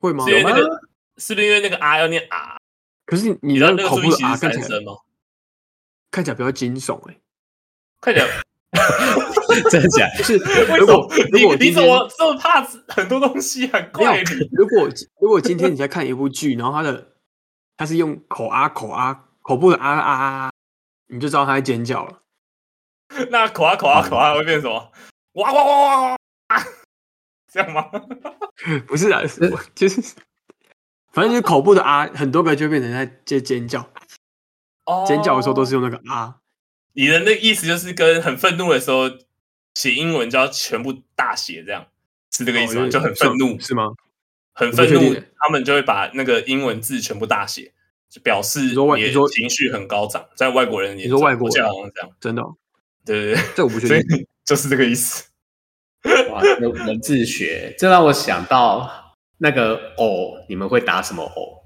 [SPEAKER 3] 会哦吗
[SPEAKER 2] 是？因为那
[SPEAKER 1] 有
[SPEAKER 2] 个是不是因为那个啊要念啊？
[SPEAKER 3] 可是你
[SPEAKER 2] 你
[SPEAKER 3] 你
[SPEAKER 2] 知道那
[SPEAKER 3] 那个
[SPEAKER 2] 个
[SPEAKER 3] 口
[SPEAKER 2] 注音
[SPEAKER 3] 部
[SPEAKER 2] 其
[SPEAKER 3] 的
[SPEAKER 2] 实
[SPEAKER 3] 啊，
[SPEAKER 2] 是
[SPEAKER 3] 看起
[SPEAKER 2] 三
[SPEAKER 3] 来
[SPEAKER 2] 声吗？
[SPEAKER 3] 看起来比较惊悚哎、
[SPEAKER 2] 快点，
[SPEAKER 1] 真的假的？
[SPEAKER 3] 就是
[SPEAKER 2] 为什
[SPEAKER 3] 如果
[SPEAKER 2] 么
[SPEAKER 3] 如果我
[SPEAKER 2] 你你
[SPEAKER 3] 今
[SPEAKER 2] 怎
[SPEAKER 3] 天
[SPEAKER 2] 么这么怕 很多东西啊？
[SPEAKER 3] 没有
[SPEAKER 2] 怪你，
[SPEAKER 3] 如果如果今天你在看一部剧，然后他的他是用口啊口啊口部的啊啊啊啊，你就知道他在尖叫了。
[SPEAKER 2] 那口啊口啊口啊会变什么？哇哇哇哇哇！这样吗？
[SPEAKER 3] 不是啊，是我就是反正就是口部的啊，很多个就变成在尖尖叫，
[SPEAKER 2] 哦
[SPEAKER 3] 尖叫的时候都是用那个啊。
[SPEAKER 2] 你的那个意思，就是跟很愤怒的时候写英文就要全部大写，这样是这个意思
[SPEAKER 3] 哦
[SPEAKER 2] 吗？
[SPEAKER 3] 有
[SPEAKER 2] 就很愤怒，
[SPEAKER 3] 是吗？
[SPEAKER 2] 很愤
[SPEAKER 3] 我不确
[SPEAKER 2] 怒
[SPEAKER 3] 定欸，
[SPEAKER 2] 他们就会把那个英文字全部大写，就表示
[SPEAKER 3] 说外
[SPEAKER 2] 你
[SPEAKER 3] 你说
[SPEAKER 2] 的情绪很高涨。在外国人眼中，
[SPEAKER 3] 你说外国人
[SPEAKER 2] 我记得好像这样，
[SPEAKER 3] 真的、哦，
[SPEAKER 2] 对对 对，
[SPEAKER 3] 这我不确
[SPEAKER 2] 所以
[SPEAKER 3] 定。
[SPEAKER 2] 就是这个意思。
[SPEAKER 1] 哇，这文字学，这让我想到那个偶，你们会打什么偶？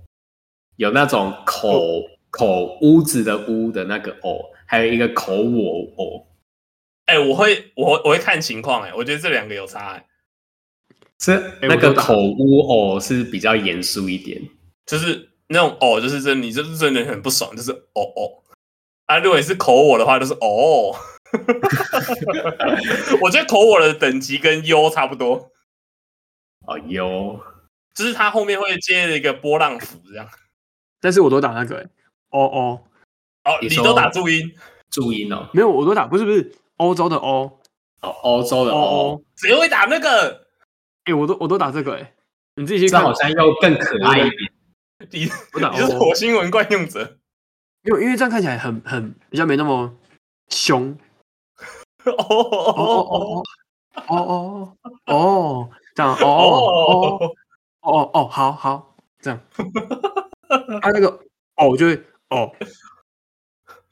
[SPEAKER 1] 有那种口、
[SPEAKER 3] 哦
[SPEAKER 1] 口屋子的屋的那个偶，还有一个口我偶，
[SPEAKER 2] 哎、我会我我会看情况哎、我觉得这两个有差哎、
[SPEAKER 1] 是
[SPEAKER 3] 哎我
[SPEAKER 1] 那个
[SPEAKER 3] 都打
[SPEAKER 1] 口屋偶是比较严肃一点。
[SPEAKER 2] 就是那种哦，就是真你就是真的很不爽，就是哦哦。啊，如果你是口我的话，就是哦。我觉得口我的等级跟优差不多，
[SPEAKER 1] 哦哟，
[SPEAKER 2] 就是它后面会接了一个波浪符这样。
[SPEAKER 3] 但是我都打那个、欸，哦哦，
[SPEAKER 2] 哦，
[SPEAKER 1] 你
[SPEAKER 2] 你
[SPEAKER 1] 说
[SPEAKER 2] 都打注音，
[SPEAKER 1] 注音哦，
[SPEAKER 3] 没有，我都打，不是不是欧洲的哦
[SPEAKER 1] 哦欧洲的
[SPEAKER 3] 哦
[SPEAKER 1] 欧，
[SPEAKER 3] 哦，
[SPEAKER 2] 谁会打那个？
[SPEAKER 3] 哎、我都我都打这个、欸，哎，你自己去
[SPEAKER 1] 这
[SPEAKER 3] 看，
[SPEAKER 1] 好像又更可爱一点。
[SPEAKER 2] 你
[SPEAKER 3] 我打
[SPEAKER 2] 你就是
[SPEAKER 3] 哦
[SPEAKER 2] 火
[SPEAKER 3] 哦，
[SPEAKER 2] 星文惯用者。
[SPEAKER 3] 因为因为这样看起来很很比较没那么凶，
[SPEAKER 2] 哦哦
[SPEAKER 3] 哦哦哦哦哦哦哦，这样哦哦哦
[SPEAKER 2] 哦
[SPEAKER 3] 哦哦，好好，这样，他那个哦就会哦，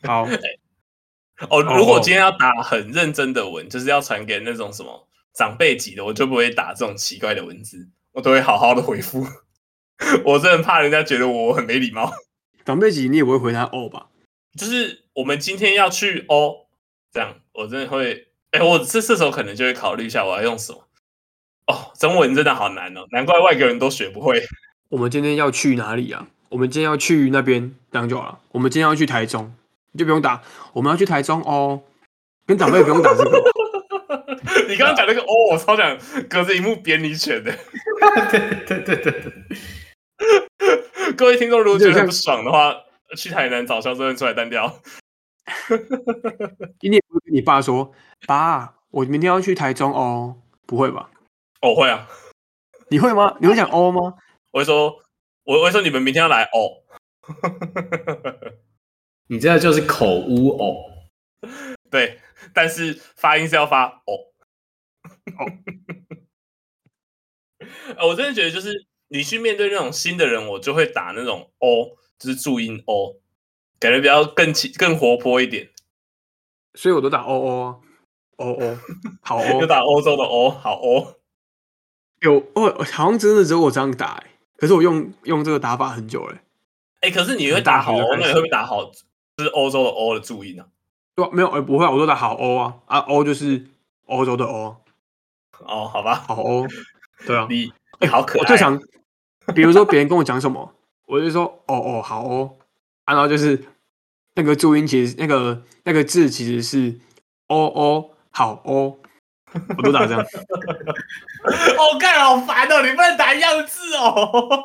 [SPEAKER 3] 好，
[SPEAKER 2] 哦！
[SPEAKER 3] 哦
[SPEAKER 2] 如果今天要打很认真的文，就是要传给那种什么长辈级的，我就不会打这种奇怪的文字，我都会好好的回复。 我真的很怕人家觉得我很没礼貌。
[SPEAKER 3] 长辈级你也不会回他哦吧？
[SPEAKER 2] 就是我们今天要去哦，这样我真的会，哎、我这这时候可能就会考虑一下我要用什么。哦，中文真的好难哦，难怪外国人都学不会。
[SPEAKER 3] 我们今天要去哪里啊？我们今天要去那边，这样就好了。我们今天要去台中，你就不用打。我们要去台中哦，跟长辈也不用打这个。
[SPEAKER 2] 你刚刚讲那个哦，我超想隔着荧幕扁你犬的。
[SPEAKER 3] 哦
[SPEAKER 1] 对对对对对，
[SPEAKER 2] 各位听众如果觉得很不爽的话，去台南找肖正出来单挑。
[SPEAKER 3] 你也不会跟你爸说，爸，我明天要去台中哦，不会吧？
[SPEAKER 2] 哦，会啊，
[SPEAKER 3] 你会吗？你会讲哦吗？
[SPEAKER 2] 我会说，我我会说你们明天要来哦。
[SPEAKER 1] 你这个就是口屋偶，
[SPEAKER 2] 对，但是发音是要发哦。 呃我真的觉得就是你去面对那种新的人，我就会打那种哦，就是注音哦，感觉比较更起更活泼一点，
[SPEAKER 3] 所以我都打哦哦啊，哦哦，好哦。
[SPEAKER 2] 就打欧洲的哦，好哦。
[SPEAKER 3] 有我好像真的只有我这样打、欸，可是我用用这个打法很久了、欸，
[SPEAKER 2] 哎、可是你会打好
[SPEAKER 3] 大学就
[SPEAKER 2] 哦
[SPEAKER 3] 开，始
[SPEAKER 2] 那你会不会打好就是欧洲的哦的注音呢、
[SPEAKER 3] 对、啊，没有，哎、不会啊，我都打好欧啊，啊欧就是欧洲的欧，
[SPEAKER 2] 哦，好吧，
[SPEAKER 3] 好欧，对啊，
[SPEAKER 2] 你你好可爱、
[SPEAKER 3] 我最常，比如说别人跟我讲什么，我就说哦哦好哦，啊然后就是那个注音其实那个那个字其实是哦哦好哦，我都打这样，
[SPEAKER 2] 哦，干好烦哦，你不能打一样的字哦。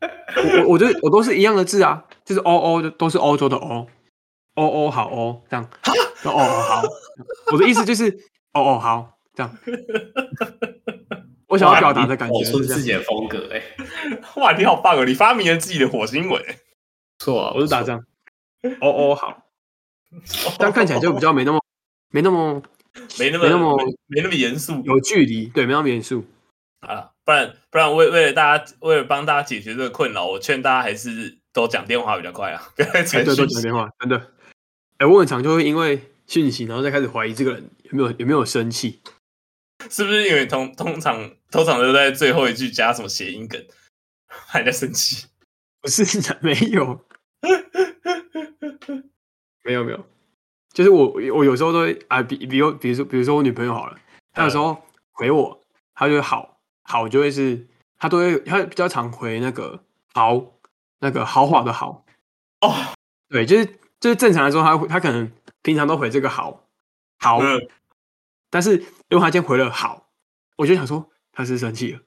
[SPEAKER 3] 我我我就我都是一样的字啊，就是哦哦就都是欧洲的哦，哦哦好哦这样，就哦哦好，我的意思就是哦哦好，这样。我想要表达的感觉
[SPEAKER 1] 出
[SPEAKER 3] 是这
[SPEAKER 1] 自己
[SPEAKER 3] 样，
[SPEAKER 1] 的风格、欸，哎，
[SPEAKER 2] 哇，你好棒哦！你发明了自己的火星文，
[SPEAKER 1] 不错啊，
[SPEAKER 3] 我是打这样。哦哦好，这样看起来就比较没那么没 那么
[SPEAKER 2] 没那么
[SPEAKER 3] 没那么
[SPEAKER 2] 没那么严肃
[SPEAKER 3] 有距离，对，没那么 严肃。
[SPEAKER 2] 啊。不然不然为为了大家为了帮大家解决这个困扰，我劝大家还是都讲电话比较快啊，不要再
[SPEAKER 3] 哎
[SPEAKER 2] 传
[SPEAKER 3] 对，都
[SPEAKER 2] 讯
[SPEAKER 3] 讲
[SPEAKER 2] 息。
[SPEAKER 3] 电话，真的。哎、我很常就会因为讯息，然后再开始怀疑这个人有没有有没有生气。
[SPEAKER 2] 是不是因为通通常通常都在最后一句加什么谐音梗，还在生气？
[SPEAKER 3] 不是， 没有，没有，没有。就是我我有时候都会啊，比比如比如说比如说我女朋友好了，她有时候回我，她就会好好就会是，她都会她比较常回那个豪那个豪华的豪
[SPEAKER 2] 哦，
[SPEAKER 3] 对，就是就是正常来说，她会她可能平常都回这个豪豪，
[SPEAKER 2] 嗯
[SPEAKER 3] 但是如果他今天回了好，我就想说他是 生气了。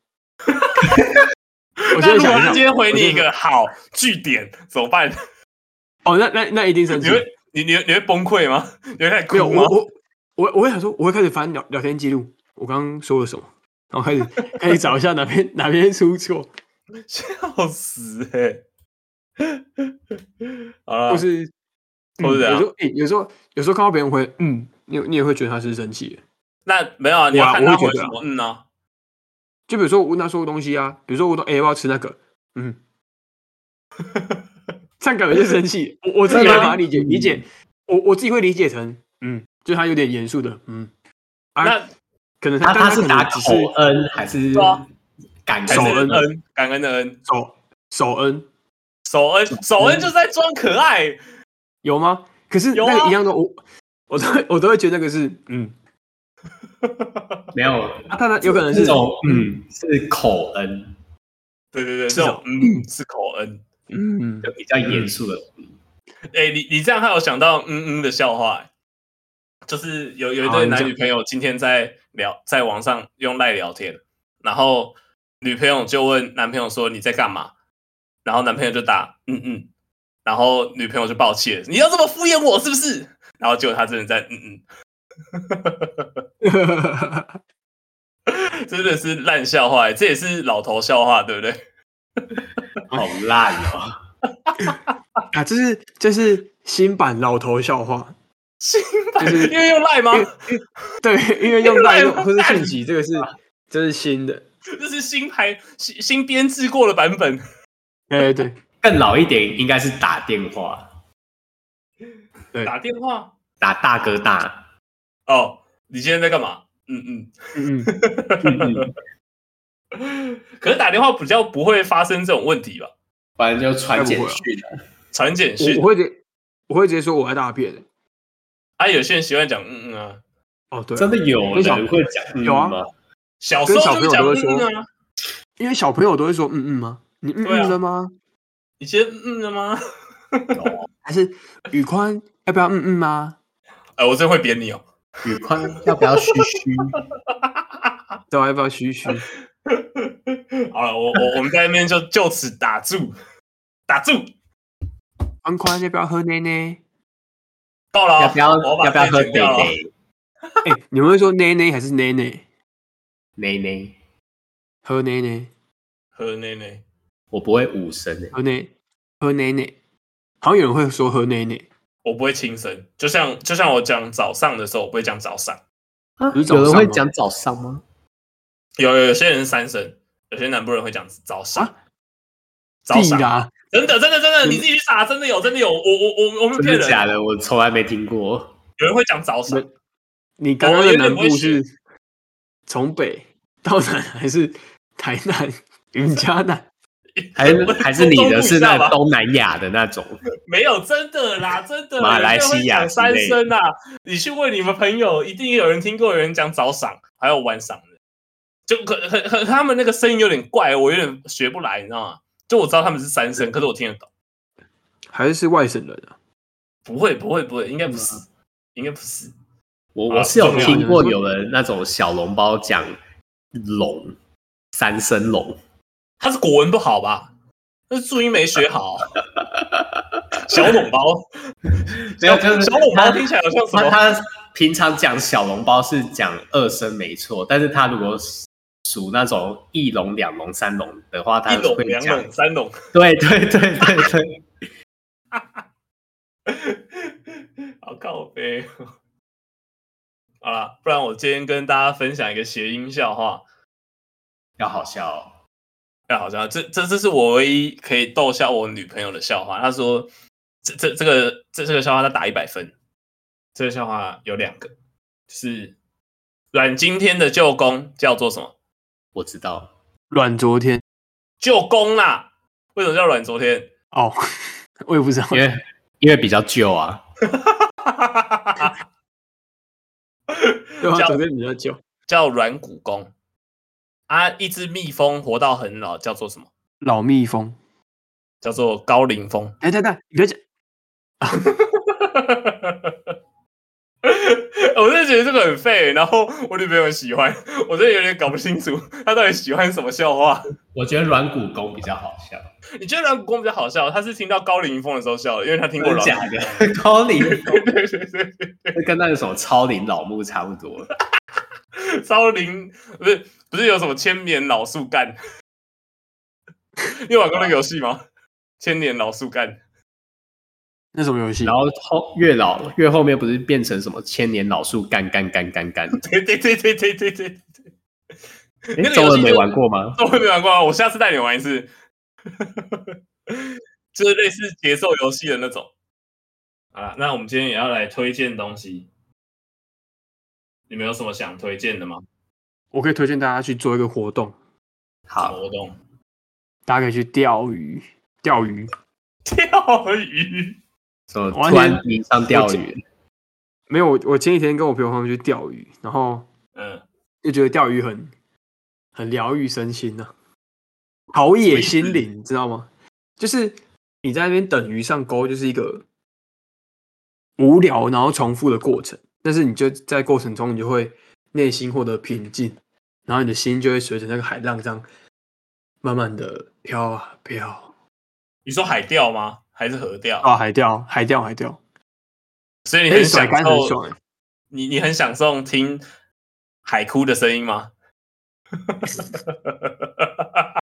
[SPEAKER 3] 我
[SPEAKER 2] 那
[SPEAKER 3] 现在
[SPEAKER 2] 如果
[SPEAKER 3] 想
[SPEAKER 2] 他今
[SPEAKER 3] 一想，
[SPEAKER 2] 天回你一
[SPEAKER 3] 我
[SPEAKER 2] 个好据点，怎么办？
[SPEAKER 3] 哦，那那那一定生
[SPEAKER 2] 你
[SPEAKER 3] 气。
[SPEAKER 2] 会你你会你会崩溃吗？你会开始
[SPEAKER 3] 没有，
[SPEAKER 2] 哭
[SPEAKER 3] 我
[SPEAKER 2] 吗？
[SPEAKER 3] 我我我会想说，我会开始翻聊聊天记录，我刚刚说了什么，然后开始开始找一下哪边哪边出错，
[SPEAKER 2] 笑死哎、好了，啊或
[SPEAKER 3] 或是、嗯
[SPEAKER 2] 是怎
[SPEAKER 3] 有
[SPEAKER 2] 样
[SPEAKER 3] 时候、欸有时候有时候看到别人回嗯，你也你也会觉得他是生气的。
[SPEAKER 2] 那没有啊？你
[SPEAKER 3] 我
[SPEAKER 2] 要
[SPEAKER 3] 啊
[SPEAKER 2] 看
[SPEAKER 3] 我
[SPEAKER 2] 他
[SPEAKER 3] 会
[SPEAKER 2] 回
[SPEAKER 3] 觉得
[SPEAKER 2] 什
[SPEAKER 3] 啊
[SPEAKER 2] 么嗯啊？
[SPEAKER 3] 就比如说我问他说东西啊，比如说我说哎、欸要不要吃那个，嗯，这样感觉就生气。我我自己没办法理解理解，我我自己会理解成嗯，就他有点严肃的嗯，啊
[SPEAKER 2] 那
[SPEAKER 3] 可能
[SPEAKER 1] 他
[SPEAKER 3] 但
[SPEAKER 1] 他是
[SPEAKER 3] 可能
[SPEAKER 1] 打口
[SPEAKER 3] 只
[SPEAKER 1] 啊
[SPEAKER 3] 是
[SPEAKER 1] 恩还是
[SPEAKER 2] 对啊
[SPEAKER 1] 感
[SPEAKER 2] 还
[SPEAKER 1] 受
[SPEAKER 2] 是
[SPEAKER 3] 手恩
[SPEAKER 2] 恩，感恩的恩，
[SPEAKER 3] 手手恩
[SPEAKER 2] 手恩手恩就是在装可爱，
[SPEAKER 3] 有吗？可是
[SPEAKER 2] 有
[SPEAKER 3] 那个
[SPEAKER 2] 啊
[SPEAKER 3] 一样的我。我都会我都会觉得那个是嗯，
[SPEAKER 1] 没有？
[SPEAKER 3] 啊，当然有可能是
[SPEAKER 1] 这种嗯是口恩，
[SPEAKER 2] 对对对，
[SPEAKER 3] 是
[SPEAKER 2] 这
[SPEAKER 3] 哦
[SPEAKER 2] 种嗯是口恩。
[SPEAKER 3] 嗯，
[SPEAKER 1] 就比较严肃的。
[SPEAKER 2] 哎、你你这样还有想到嗯嗯的笑话、欸，就是有有一
[SPEAKER 3] 好
[SPEAKER 2] 对
[SPEAKER 3] 你
[SPEAKER 2] 男
[SPEAKER 3] 讲
[SPEAKER 2] 女朋友今天在聊，在网上用赖聊天，然后女朋友就问男朋友说你在干嘛，然后男朋友就打嗯嗯，然后女朋友就爆气了，你要这么敷衍我是不是？然后结果他真的在嗯嗯，真的是烂笑话、欸，这也是老头笑话，对不对？
[SPEAKER 1] 好烂哦！
[SPEAKER 3] 啊，这是这是新版老头笑话，
[SPEAKER 2] 新版
[SPEAKER 3] 就是
[SPEAKER 2] 因为用赖吗？
[SPEAKER 3] 对，因为用赖
[SPEAKER 2] 用
[SPEAKER 3] 用
[SPEAKER 2] 赖
[SPEAKER 3] 或是讯息，这个是这是新的，
[SPEAKER 2] 这是新排新新编制过的版本。
[SPEAKER 3] 哎对
[SPEAKER 1] 更老一点应该是打电话，
[SPEAKER 3] 对，
[SPEAKER 2] 打电话
[SPEAKER 1] 打大哥大。
[SPEAKER 2] 哦，你今天在干嘛？嗯嗯。
[SPEAKER 3] 嗯嗯，
[SPEAKER 1] 嗯嗯
[SPEAKER 2] 可是打电话比较不会发生这种问题吧？
[SPEAKER 1] 反正就传简
[SPEAKER 3] 该不会啊
[SPEAKER 1] 讯了。
[SPEAKER 2] 传简
[SPEAKER 3] 我
[SPEAKER 2] 讯
[SPEAKER 3] 我，会直我会直接说我爱大便。
[SPEAKER 2] 啊，有些人喜欢讲嗯嗯啊，
[SPEAKER 3] 哦，对啊，
[SPEAKER 1] 真的有
[SPEAKER 3] 跟小
[SPEAKER 1] 人会讲嗯
[SPEAKER 3] 有啊
[SPEAKER 1] 吗？
[SPEAKER 2] 小时候就讲嗯嗯啊，
[SPEAKER 3] 因为小朋友都会说嗯嗯吗？你嗯
[SPEAKER 2] 对啊
[SPEAKER 3] 嗯了吗？
[SPEAKER 2] 你今天嗯嗯了吗？
[SPEAKER 3] 还是宇宽要不要嗯嗯吗？
[SPEAKER 2] 哎，我真会扁你哦。
[SPEAKER 1] 宇宽啊要不要嘘 嘘？
[SPEAKER 3] 对啊，要不要嘘嘘？
[SPEAKER 2] 好了，我我我们在那边就就此打住，打住，
[SPEAKER 3] 宽宽要不要喝奶奶？
[SPEAKER 2] 够了哦，
[SPEAKER 1] 要不要
[SPEAKER 2] 我把
[SPEAKER 1] 要不要喝
[SPEAKER 2] 这
[SPEAKER 1] 北
[SPEAKER 2] 剪掉了哦？
[SPEAKER 1] 北？
[SPEAKER 3] 哎、你们会说奶奶还是奶奶？
[SPEAKER 1] 奶奶，
[SPEAKER 3] 喝奶奶，
[SPEAKER 2] 喝奶奶，
[SPEAKER 1] 我不会五声诶。
[SPEAKER 3] 喝奶，喝奶奶。好像有人会说喝奶奶，
[SPEAKER 2] 我不会轻声，就像就像我讲早上的时候，我不会讲早上。
[SPEAKER 1] 啊
[SPEAKER 3] 不是早上吗
[SPEAKER 1] 早上吗？
[SPEAKER 2] 有有有些人是三声，有些南部人会讲早上
[SPEAKER 3] 啊，
[SPEAKER 2] 早
[SPEAKER 3] 屁
[SPEAKER 2] 上。
[SPEAKER 1] 啊
[SPEAKER 3] 啦，
[SPEAKER 2] 真的，真的，真的，
[SPEAKER 3] 嗯
[SPEAKER 2] 你自己去查，真的有，真的有，我我我我没有
[SPEAKER 1] 真
[SPEAKER 2] 骗
[SPEAKER 1] 的
[SPEAKER 2] 人，
[SPEAKER 1] 假的？我从来没听过。
[SPEAKER 2] 有人会讲早上，
[SPEAKER 3] 你刚刚
[SPEAKER 2] 我有
[SPEAKER 3] 的
[SPEAKER 2] 点
[SPEAKER 3] 南
[SPEAKER 2] 不
[SPEAKER 3] 部
[SPEAKER 2] 会
[SPEAKER 3] 是从北到南还是台南、云嘉南？
[SPEAKER 1] 还是
[SPEAKER 2] 我
[SPEAKER 1] 还是你的是
[SPEAKER 2] 中部以下
[SPEAKER 1] 那
[SPEAKER 2] 吧
[SPEAKER 1] 东南亚的那种，
[SPEAKER 2] 没有真的啦，真的，
[SPEAKER 1] 马来西亚
[SPEAKER 2] 有些人会讲三
[SPEAKER 1] 之类的
[SPEAKER 2] 声啦，你去问你们朋友，一定有人听过有人讲早上，还有晚上的，就可很很他们那个声音有点怪，我有点学不来，你知道吗？就我知道他们是三声，可是我听得懂，
[SPEAKER 3] 还是是外省人啊？
[SPEAKER 2] 不会，不会，不会，应该不是，
[SPEAKER 1] 嗯
[SPEAKER 2] 应该不是，
[SPEAKER 1] 我
[SPEAKER 2] 啊
[SPEAKER 1] 我是有
[SPEAKER 2] 重要
[SPEAKER 1] 听过
[SPEAKER 3] 重要
[SPEAKER 1] 有人那种小笼包讲龙三声龙，
[SPEAKER 2] 他是国文不好吧？那是注音没学 好，小笼包，
[SPEAKER 1] 没有就是
[SPEAKER 2] 小笼包
[SPEAKER 1] 他
[SPEAKER 2] 听起来好像什
[SPEAKER 1] 他
[SPEAKER 2] 么？
[SPEAKER 1] 他平常讲小笼包是讲二声没错，但是他如果数那种一笼、两笼、三笼的话，他
[SPEAKER 2] 一笼、
[SPEAKER 1] 会
[SPEAKER 2] 两
[SPEAKER 1] 讲
[SPEAKER 2] 笼、三笼，
[SPEAKER 1] 对对对对对，
[SPEAKER 2] 好靠背哦。好啦，不然我今天跟大家分享一个谐音笑话。
[SPEAKER 1] 要好笑、哦。
[SPEAKER 2] 哎，好像这这这是我唯一可以逗笑我女朋友的笑话。她说，这这这个这这个笑话她打一百分。这个笑话有两个，是阮经天的舅公叫做什么？
[SPEAKER 1] 我知道，
[SPEAKER 3] 阮昨天
[SPEAKER 2] 舅公啦，为什么叫阮昨天？
[SPEAKER 3] 哦， 我也不知道
[SPEAKER 1] 因，为因为比较旧啊。
[SPEAKER 3] 对啊，
[SPEAKER 2] 叫
[SPEAKER 3] 昨天比较久，
[SPEAKER 2] 叫软骨功啊，一只蜜蜂活到很老，叫做什么？
[SPEAKER 3] 老蜜蜂。
[SPEAKER 2] 叫做高龄蜂。
[SPEAKER 3] 哎，等等，你不要讲，
[SPEAKER 2] 我真的觉得这个很废，欸然后我女朋友喜欢，我真的有点搞不清楚她到底喜欢什么笑话。
[SPEAKER 1] 我觉得软骨功比较好笑，
[SPEAKER 2] 你觉得软骨功比较好笑？她是听到高凌风的时候笑的，因为她听过
[SPEAKER 1] 真
[SPEAKER 2] 软
[SPEAKER 1] 的
[SPEAKER 2] 骨。
[SPEAKER 1] 假的？ 高龄
[SPEAKER 2] 对对 对对，
[SPEAKER 1] 跟那个什么超龄老木差不多。
[SPEAKER 2] 超龄不是不是有什么千年老树干？ 你有玩过那个游戏吗？千年老树干。
[SPEAKER 3] 那什么游
[SPEAKER 2] 嗯
[SPEAKER 3] 戏
[SPEAKER 1] 然？后后越老越后面不是变成什么千年老树干干干干干？
[SPEAKER 2] 对对对对对对对，
[SPEAKER 1] 诶
[SPEAKER 2] 那个游
[SPEAKER 1] 中文
[SPEAKER 2] 戏
[SPEAKER 1] 没
[SPEAKER 2] 就是
[SPEAKER 1] 玩过吗？
[SPEAKER 2] 都没玩过啊，我下次带你玩一次，就是类似节奏游戏的那种。好了，那我们今天也要来推荐东西，你们有什么想推荐的吗？
[SPEAKER 3] 我可以推荐大家去做一个活动，
[SPEAKER 2] 什
[SPEAKER 1] 好
[SPEAKER 2] 么，活动？
[SPEAKER 3] 大家可以去钓鱼，钓鱼。
[SPEAKER 2] 钓鱼。
[SPEAKER 1] 什么
[SPEAKER 3] 完
[SPEAKER 1] 突
[SPEAKER 3] 全
[SPEAKER 1] 然迷上钓鱼？
[SPEAKER 3] 没有，我我前几天跟我朋友他们去钓鱼，然后
[SPEAKER 2] 嗯，
[SPEAKER 3] 就觉得钓鱼很很疗愈身心呢、啊，陶冶心灵，你知道吗？就是你在那边等鱼上钩，就是一个无聊然后重复的过程，但是你就在过程中，你就会内心获得平静，然后你的心就会随着那个海浪这样慢慢的飘啊飘，
[SPEAKER 2] 你说海钓吗？还是河钓？
[SPEAKER 3] 啊海钓海钓海钓，
[SPEAKER 2] 所以你
[SPEAKER 3] 而且
[SPEAKER 2] 很
[SPEAKER 3] 甩
[SPEAKER 2] 享
[SPEAKER 3] 竿很
[SPEAKER 2] 受，
[SPEAKER 3] 爽哎、
[SPEAKER 2] 你你很享受听海哭的声音吗？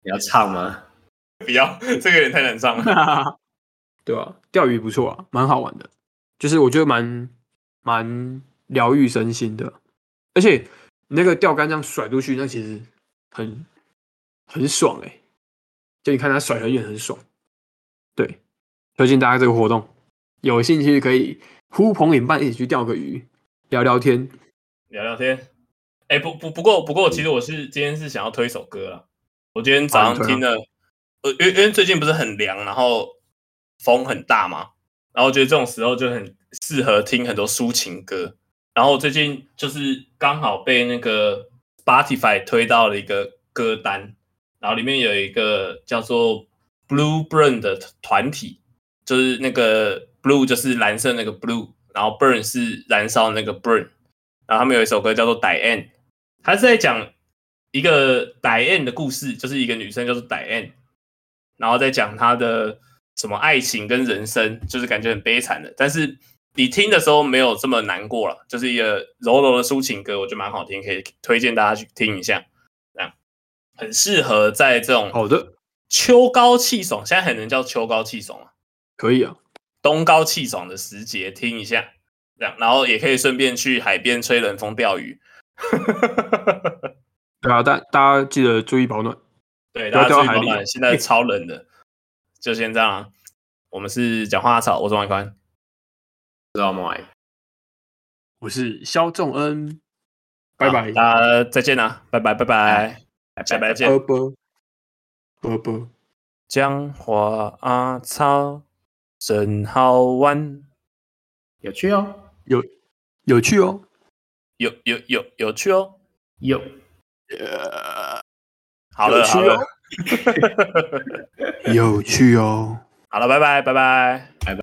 [SPEAKER 1] 你要唱吗？
[SPEAKER 2] 不要，这个有点太难唱了。
[SPEAKER 3] 对啊，钓鱼不错啊，蛮好玩的，就是我觉得蛮蛮疗愈身心的，而且你那个钓竿这样甩出去，那其实很很爽哎、就你看它甩很远，很爽。对，推荐大家这个活动，有兴趣可以呼朋引伴一起去钓个鱼，聊聊天。
[SPEAKER 2] 聊聊天。哎、不不不过不过，其实我是今天是想要推一首歌啊。我今天早
[SPEAKER 3] 好你
[SPEAKER 2] 上
[SPEAKER 3] 嗯推啊
[SPEAKER 2] 听了，呃，因为因为最近不是很凉，然后风很大嘛，然后我觉得这种时候就很适合听很多抒情歌。然后我最近就是刚好被那个 Spotify 推到了一个歌单，然后里面有一个叫做 Blue Burn 的团体，就是那个 blue 就是蓝色那个 blue，然后 burn 是燃烧那个 burn，然后他们有一首歌叫做《Diane》，他是在讲一个 Diane 的故事，就是一个女生叫做 Diane，然后再讲她的什么爱情跟人生，就是感觉很悲惨的，但是你听的时候没有这么难过了，就是一个柔柔的抒情歌，我觉得蛮好听，可以推荐大家去听一下，这样很适合在这种
[SPEAKER 3] 好的，
[SPEAKER 2] 秋高气爽，现在很能叫秋高气爽啊。
[SPEAKER 3] 可以啊，
[SPEAKER 2] 东高气爽的时节听一下，这样，然后也可以顺便去海边吹冷风钓鱼。
[SPEAKER 3] 对啊，大大家记得注意保暖，
[SPEAKER 2] 对，
[SPEAKER 3] 不要
[SPEAKER 2] 大家
[SPEAKER 3] 掉
[SPEAKER 2] 注意
[SPEAKER 3] 海
[SPEAKER 2] 保
[SPEAKER 3] 里
[SPEAKER 2] 暖，现 在超冷的，就先这样、啊。我们是讲话阿草，我是王一宽，
[SPEAKER 1] 知道吗？
[SPEAKER 3] 我是肖仲恩，拜
[SPEAKER 2] 好
[SPEAKER 3] 拜，
[SPEAKER 2] 大家再见啦，拜拜，拜拜，下拜见
[SPEAKER 3] 啵。啵啵啵。
[SPEAKER 2] 讲话阿草真好玩，
[SPEAKER 1] 有趣哦，
[SPEAKER 3] 有趣哦。
[SPEAKER 2] 有有有有趣哦。
[SPEAKER 1] 有。
[SPEAKER 2] 好了，
[SPEAKER 3] 有趣
[SPEAKER 2] 好
[SPEAKER 3] 哦
[SPEAKER 2] 了，
[SPEAKER 3] 有趣哦。哦
[SPEAKER 2] 好了，拜拜，拜拜。